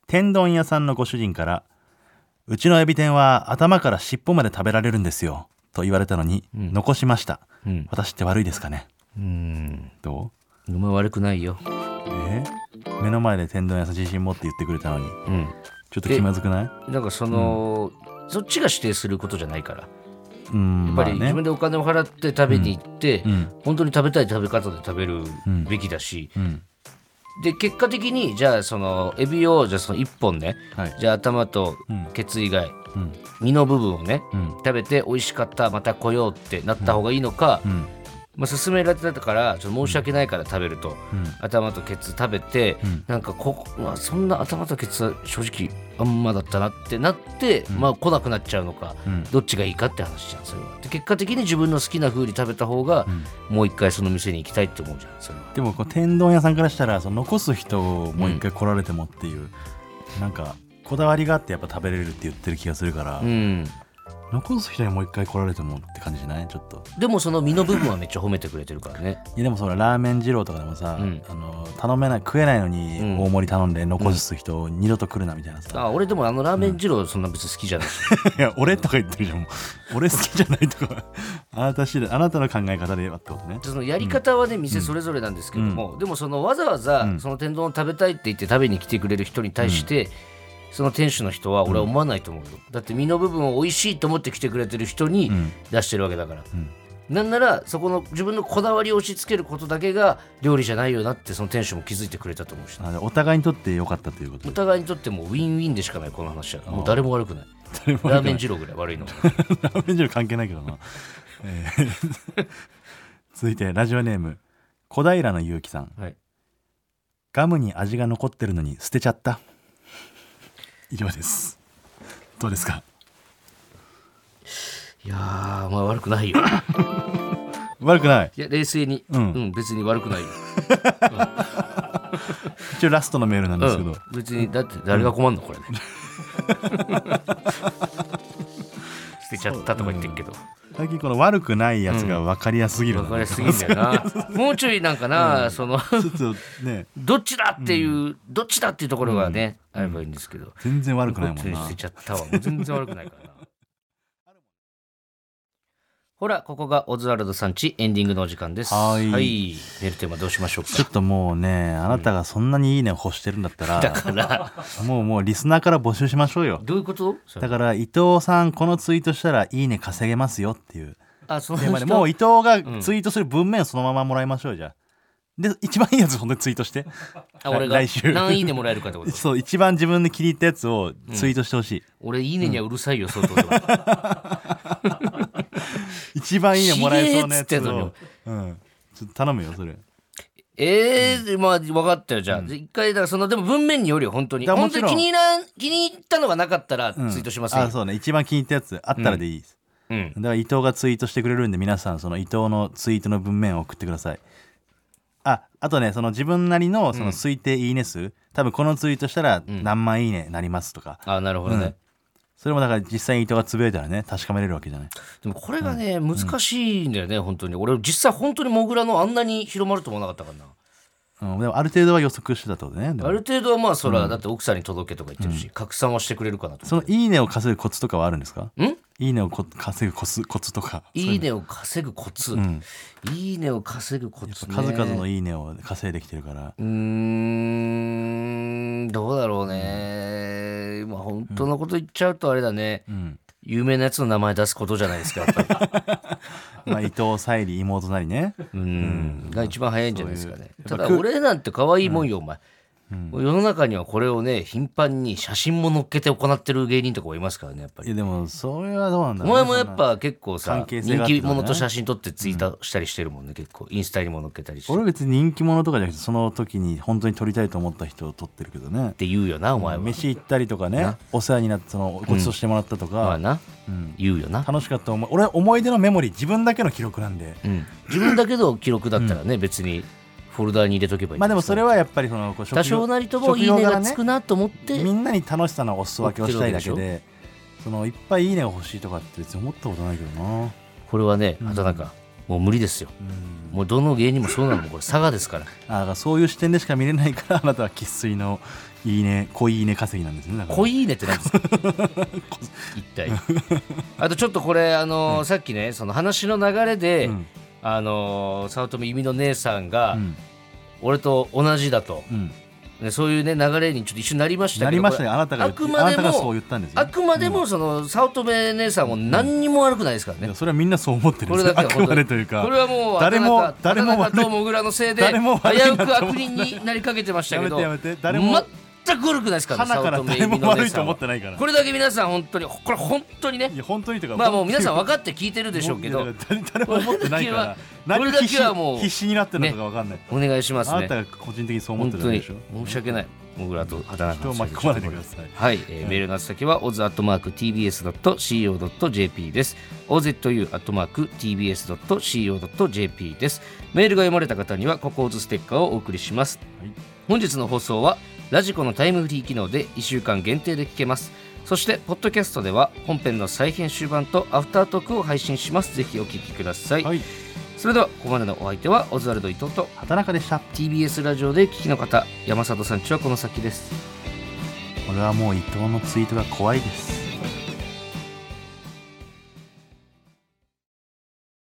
[SPEAKER 3] 天丼屋さんのご主人から「うちのエビ天は頭から尻尾まで食べられるんですよ」と言われたのに、残しました、
[SPEAKER 2] うん
[SPEAKER 3] 私って悪いですかね
[SPEAKER 2] うん
[SPEAKER 3] ど
[SPEAKER 2] お前悪くないよ
[SPEAKER 3] うえー目の前で天丼屋さん自信持って言ってくれたのに
[SPEAKER 2] うん
[SPEAKER 3] ちょっと気まずくない
[SPEAKER 2] なんかその、そっちが指定することじゃないから
[SPEAKER 3] うん
[SPEAKER 2] やっぱり
[SPEAKER 3] まあ
[SPEAKER 2] 自分でお金を払って食べに行って、
[SPEAKER 3] うん
[SPEAKER 2] 本当に食べたい食べ方で食べる
[SPEAKER 3] ん
[SPEAKER 2] べきだし、
[SPEAKER 3] うん
[SPEAKER 2] で結果的にじゃあそのエビをじゃあその1本ね、
[SPEAKER 3] はい
[SPEAKER 2] じゃあ頭と
[SPEAKER 3] うん
[SPEAKER 2] ケツ以外、
[SPEAKER 3] うん
[SPEAKER 2] 身の部分をね、
[SPEAKER 3] うん
[SPEAKER 2] 食べて美味しかったまた来ようってなった方がいいのか、
[SPEAKER 3] うん
[SPEAKER 2] まあ、勧められてたからちょっと申し訳ないから食べると、
[SPEAKER 3] うん
[SPEAKER 2] 頭とケツ食べて、
[SPEAKER 3] ん
[SPEAKER 2] なんかこ、まあ、そんな頭とケツは正直あんまだったなってなって、まあ来なくなっちゃうのか、
[SPEAKER 3] うん
[SPEAKER 2] どっちがいいかって話じゃんそれはで結果的に自分の好きな風に食べた方が、もう一回その店に行きたいって思うじゃんそれは
[SPEAKER 3] でもこう天丼屋さんからしたらその残す人をもう一回来られてもっていう、なんかこだわりがあってやっぱ食べれるって言ってる気がするから、
[SPEAKER 2] うん
[SPEAKER 3] 残す人にもう一回来られてもって感じじゃないちょっと
[SPEAKER 2] でもその身の部分はめっちゃ褒めてくれてるからね
[SPEAKER 3] いやでもそれラーメン二郎とかでもさ、
[SPEAKER 2] うん
[SPEAKER 3] あの頼めない食えないのに
[SPEAKER 2] うん
[SPEAKER 3] 大盛り頼んで残す人を二度と来るなみたいなさ、
[SPEAKER 2] あ俺でもあのラーメン二郎そんな別に好きじゃないし、
[SPEAKER 3] いや俺とか言ってるじゃんもう俺好きじゃないとか *laughs* あなた次第あなたの考え方ではってことね
[SPEAKER 2] そのやり方はね店それぞれなんですけども、でもそのわざわざその天丼を食べたいって言って食べに来てくれる人に対して、その店主の人は俺は思わないと思うよ、だって身の部分を美味しいと思って来てくれてる人に
[SPEAKER 3] ん
[SPEAKER 2] 出してるわけだから、なんならそこの自分のこだわりを押し付けることだけが料理じゃないよなってその店主も気づいてくれたと思うしな
[SPEAKER 3] あお互いにとって良かったということ
[SPEAKER 2] お
[SPEAKER 3] で
[SPEAKER 2] 互いにとってもうウィンウィンでしかないこの話はもう誰も悪くない
[SPEAKER 3] 誰も悪くない
[SPEAKER 2] ラーメン二郎ぐらい悪い
[SPEAKER 3] *laughs*
[SPEAKER 2] のは
[SPEAKER 3] ラーメン二郎関係ないけどな、えー *laughs* 続いてラジオネーム小平のゆうきさん
[SPEAKER 2] はい
[SPEAKER 3] ガムに味が残ってるのに捨てちゃった以上ですどうですか
[SPEAKER 2] いやーお前悪くないよ
[SPEAKER 3] 悪くない
[SPEAKER 2] いや冷静に、
[SPEAKER 3] うん
[SPEAKER 2] うん、別に悪くないよ
[SPEAKER 3] 一応ラストのメールなんですけど、
[SPEAKER 2] うん、別にだって誰が困んのこれ *laughs* ね捨てちゃったとか言ってるけど、
[SPEAKER 3] 最近この悪くないやつが分かりやすすぎる
[SPEAKER 2] 分かりやす
[SPEAKER 3] す
[SPEAKER 2] すぎんだよ
[SPEAKER 3] *laughs*
[SPEAKER 2] なもうちょいなんかな、その
[SPEAKER 3] ちょっとね
[SPEAKER 2] どっちだっていう、どっちだっていうところがね、あればいいんですけど、
[SPEAKER 3] 全然悪くない
[SPEAKER 2] こ
[SPEAKER 3] も
[SPEAKER 2] っち
[SPEAKER 3] ん
[SPEAKER 2] に
[SPEAKER 3] な
[SPEAKER 2] 捨てちゃったわもう全然悪くない *laughs* からなほらここがオズワルドさんちエンディングのお時間です
[SPEAKER 3] は
[SPEAKER 2] は
[SPEAKER 3] ーい
[SPEAKER 2] い、メールテーマどうしましょう
[SPEAKER 3] ちょっ
[SPEAKER 2] か
[SPEAKER 3] ともうねあなたがそんなにいいねを欲して *laughs* るんだったら、
[SPEAKER 2] だから
[SPEAKER 3] もうもうリスナーから募集しましょうよ
[SPEAKER 2] *laughs* どういうことそれ
[SPEAKER 3] だから伊藤さんこのツイートしたらいいね稼げますよっていう
[SPEAKER 2] あその
[SPEAKER 3] で
[SPEAKER 2] 人
[SPEAKER 3] まあねもう伊藤がツイートする文面をそのままもらいましょうじゃあで一番いいやつほんでツイートして
[SPEAKER 2] あ俺が
[SPEAKER 3] 来週
[SPEAKER 2] 何いいねもらえるかってこと
[SPEAKER 3] そう一番自分で気に入ったやつをツイートしてほしい、
[SPEAKER 2] 俺いいねにはうるさいよ相当だわ
[SPEAKER 3] *laughs* 一番いいのもらえそうなやつ
[SPEAKER 2] ひでえっつ
[SPEAKER 3] を、うん、ちょっと頼むよそれ
[SPEAKER 2] ええまあ分かったよじゃあ、で一回だからそのでも文面によるよ本当に
[SPEAKER 3] だからも
[SPEAKER 2] 本
[SPEAKER 3] ち
[SPEAKER 2] 当
[SPEAKER 3] ろん
[SPEAKER 2] に気に入らん気に入ったのがなかったらツイートしませんよ
[SPEAKER 3] あ、そうね一番気に入ったやつあったらでいいです、
[SPEAKER 2] うんうん
[SPEAKER 3] だから伊藤がツイートしてくれるんで皆さんその伊藤のツイートの文面を送ってくださいああとねその自分なりのその推定いいね数、多分このツイートしたら何万いいねなりますとか、
[SPEAKER 2] あなるほどね、
[SPEAKER 3] それもだから実際に伊藤がつぶやいたらね確かめれるわけじゃない
[SPEAKER 2] でもこれがね、難しいんだよね本当に俺実際本当にモグラのあんなに広まると思わなかったからな、
[SPEAKER 3] うん、でもある程度は予測してたってことねでも
[SPEAKER 2] ある程度はまあそら、だって奥さんに届けとか言ってるし、拡散はしてくれるかなと
[SPEAKER 3] その「いいね」を稼ぐコツとかはあるんですか
[SPEAKER 2] ん
[SPEAKER 3] いいねをこ稼ぐコツコツとか
[SPEAKER 2] いいねを稼ぐコツ、いいねを稼ぐコツ、ね、
[SPEAKER 3] 数々の「いいね」を稼いできてるから
[SPEAKER 2] うーんどうだろうね、まあ本当のこと言っちゃうとあれだね、有名なやつの名前出すことじゃないですかやっ
[SPEAKER 3] *laughs*
[SPEAKER 2] ぱり
[SPEAKER 3] まあ、伊藤沙莉妹なりね
[SPEAKER 2] うんが一番早いんじゃないですかね
[SPEAKER 3] そういう
[SPEAKER 2] ただ俺なんて可愛いもんよ、お前世の中にはこれをね頻繁に写真も載っけて行ってる芸人とかもいますからねやっぱ
[SPEAKER 3] いや
[SPEAKER 2] り
[SPEAKER 3] でもそれはどうなんだ
[SPEAKER 2] お
[SPEAKER 3] ろうね
[SPEAKER 2] 前もやっぱ結構さ
[SPEAKER 3] 関係性
[SPEAKER 2] 人
[SPEAKER 3] があって
[SPEAKER 2] 気者と写真撮ってツイートしたりしてるもんね結構インスタにも載っけたりし
[SPEAKER 3] そ
[SPEAKER 2] て
[SPEAKER 3] んな
[SPEAKER 2] っ
[SPEAKER 3] 俺別に人気者とかじゃなくてその時に本当に撮りたいと思った人を撮ってるけどね
[SPEAKER 2] て言うよなお前は
[SPEAKER 3] 飯行ったりとかねお世話になったそのごちそうしてもらったと
[SPEAKER 2] ま
[SPEAKER 3] か、
[SPEAKER 2] あな言うよな
[SPEAKER 3] 楽しかった思い俺は思い出のメモリー自分だけの記録なんで
[SPEAKER 2] うん自分だけの記録だったらね別にフォルダに入れとけばいい
[SPEAKER 3] まあでもそれ
[SPEAKER 2] は
[SPEAKER 3] はやっぱりそのこう職業
[SPEAKER 2] 多少なりともいい
[SPEAKER 3] 職
[SPEAKER 2] ね
[SPEAKER 3] 業柄
[SPEAKER 2] が
[SPEAKER 3] ね
[SPEAKER 2] つくなと思って
[SPEAKER 3] みんなに楽しさのお裾分けをしたいだけ
[SPEAKER 2] 持ってる
[SPEAKER 3] でそのいっぱいいいねが欲しいとかって別に思ったことないけどな
[SPEAKER 2] これはね
[SPEAKER 3] うん
[SPEAKER 2] 畑中もう無理ですよ
[SPEAKER 3] うん
[SPEAKER 2] もうどの芸人もそうなのもうこれ佐賀ですから
[SPEAKER 3] あだからそういう視点でしか見れないからあなたは生粋のいいね濃いいいね稼ぎなんですねだから
[SPEAKER 2] 濃いねってなんで
[SPEAKER 3] *laughs*
[SPEAKER 2] すか一体あとちょっとこれあのーさっきねその話の流れで、
[SPEAKER 3] うん
[SPEAKER 2] あのー早乙女由美の姉さんが、
[SPEAKER 3] うん
[SPEAKER 2] 俺と同じだと、
[SPEAKER 3] うん
[SPEAKER 2] ねそういうね流れにちょっと一緒になりました
[SPEAKER 3] な
[SPEAKER 2] けど
[SPEAKER 3] りましたね
[SPEAKER 2] こ
[SPEAKER 3] あ
[SPEAKER 2] れ
[SPEAKER 3] なたが
[SPEAKER 2] あ
[SPEAKER 3] 言って
[SPEAKER 2] くま
[SPEAKER 3] あ
[SPEAKER 2] で
[SPEAKER 3] なたがそう
[SPEAKER 2] も
[SPEAKER 3] 言ったんですよ
[SPEAKER 2] あくまでもその早乙女姉さんも何にも悪くないですから
[SPEAKER 3] い
[SPEAKER 2] ね
[SPEAKER 3] や、それはみんなそう思ってるん
[SPEAKER 2] こ
[SPEAKER 3] で
[SPEAKER 2] れ
[SPEAKER 3] す
[SPEAKER 2] だ
[SPEAKER 3] よ
[SPEAKER 2] け
[SPEAKER 3] あ
[SPEAKER 2] は
[SPEAKER 3] くまでというか
[SPEAKER 2] これはもう
[SPEAKER 3] 誰も
[SPEAKER 2] 誰
[SPEAKER 3] 誰
[SPEAKER 2] も
[SPEAKER 3] も悪
[SPEAKER 2] 誰も
[SPEAKER 3] い
[SPEAKER 2] もぐらのせいで危
[SPEAKER 3] 誰も悪いな
[SPEAKER 2] う
[SPEAKER 3] と
[SPEAKER 2] く悪人になりかけてましたけど
[SPEAKER 3] やめてやめて誰も
[SPEAKER 2] 全く悪くないですからね
[SPEAKER 3] 花から
[SPEAKER 2] 早乙女由美
[SPEAKER 3] 誰
[SPEAKER 2] の
[SPEAKER 3] も悪
[SPEAKER 2] 姉
[SPEAKER 3] い
[SPEAKER 2] さ
[SPEAKER 3] と
[SPEAKER 2] ん
[SPEAKER 3] 思
[SPEAKER 2] は
[SPEAKER 3] ってないから
[SPEAKER 2] これだけ皆さん本当にこれ本当にね
[SPEAKER 3] いや本当にというか
[SPEAKER 2] まあもう皆さん分かって聞いてるでしょうけど
[SPEAKER 3] いや誰誰も思ってないから
[SPEAKER 2] *laughs* これだけはこれだけはもう
[SPEAKER 3] 何必死になってるのかが分かんない、
[SPEAKER 2] お願いします
[SPEAKER 3] あな
[SPEAKER 2] ね
[SPEAKER 3] たが個人的にそう思っ
[SPEAKER 2] 本
[SPEAKER 3] てる
[SPEAKER 2] 当
[SPEAKER 3] だけ
[SPEAKER 2] に
[SPEAKER 3] でしょ
[SPEAKER 2] 申し訳ないもぐらと畑中
[SPEAKER 3] 人を
[SPEAKER 2] さん
[SPEAKER 3] 巻き込まないでください
[SPEAKER 2] はい、えーメールの宛先は oz.tbs.co.jp です。ozu.tbs.co.jp です。メールが読まれた方には、ココーズステッカーをお送りします。
[SPEAKER 3] はい
[SPEAKER 2] 本日の放送は、ラジコのタイムフリー機能で1週間限定で聞けます。そして、ポッドキャストでは、本編の再編集版とアフタートークを配信します。ぜひお聞きください。
[SPEAKER 3] はい
[SPEAKER 2] それでは、ここまでのお相手は、オズワルド伊藤と、
[SPEAKER 3] 畑中でした
[SPEAKER 2] TBS ラジオで聞きの方、山里さんちはこの先です。
[SPEAKER 3] 俺はもう伊藤のツイートが怖いです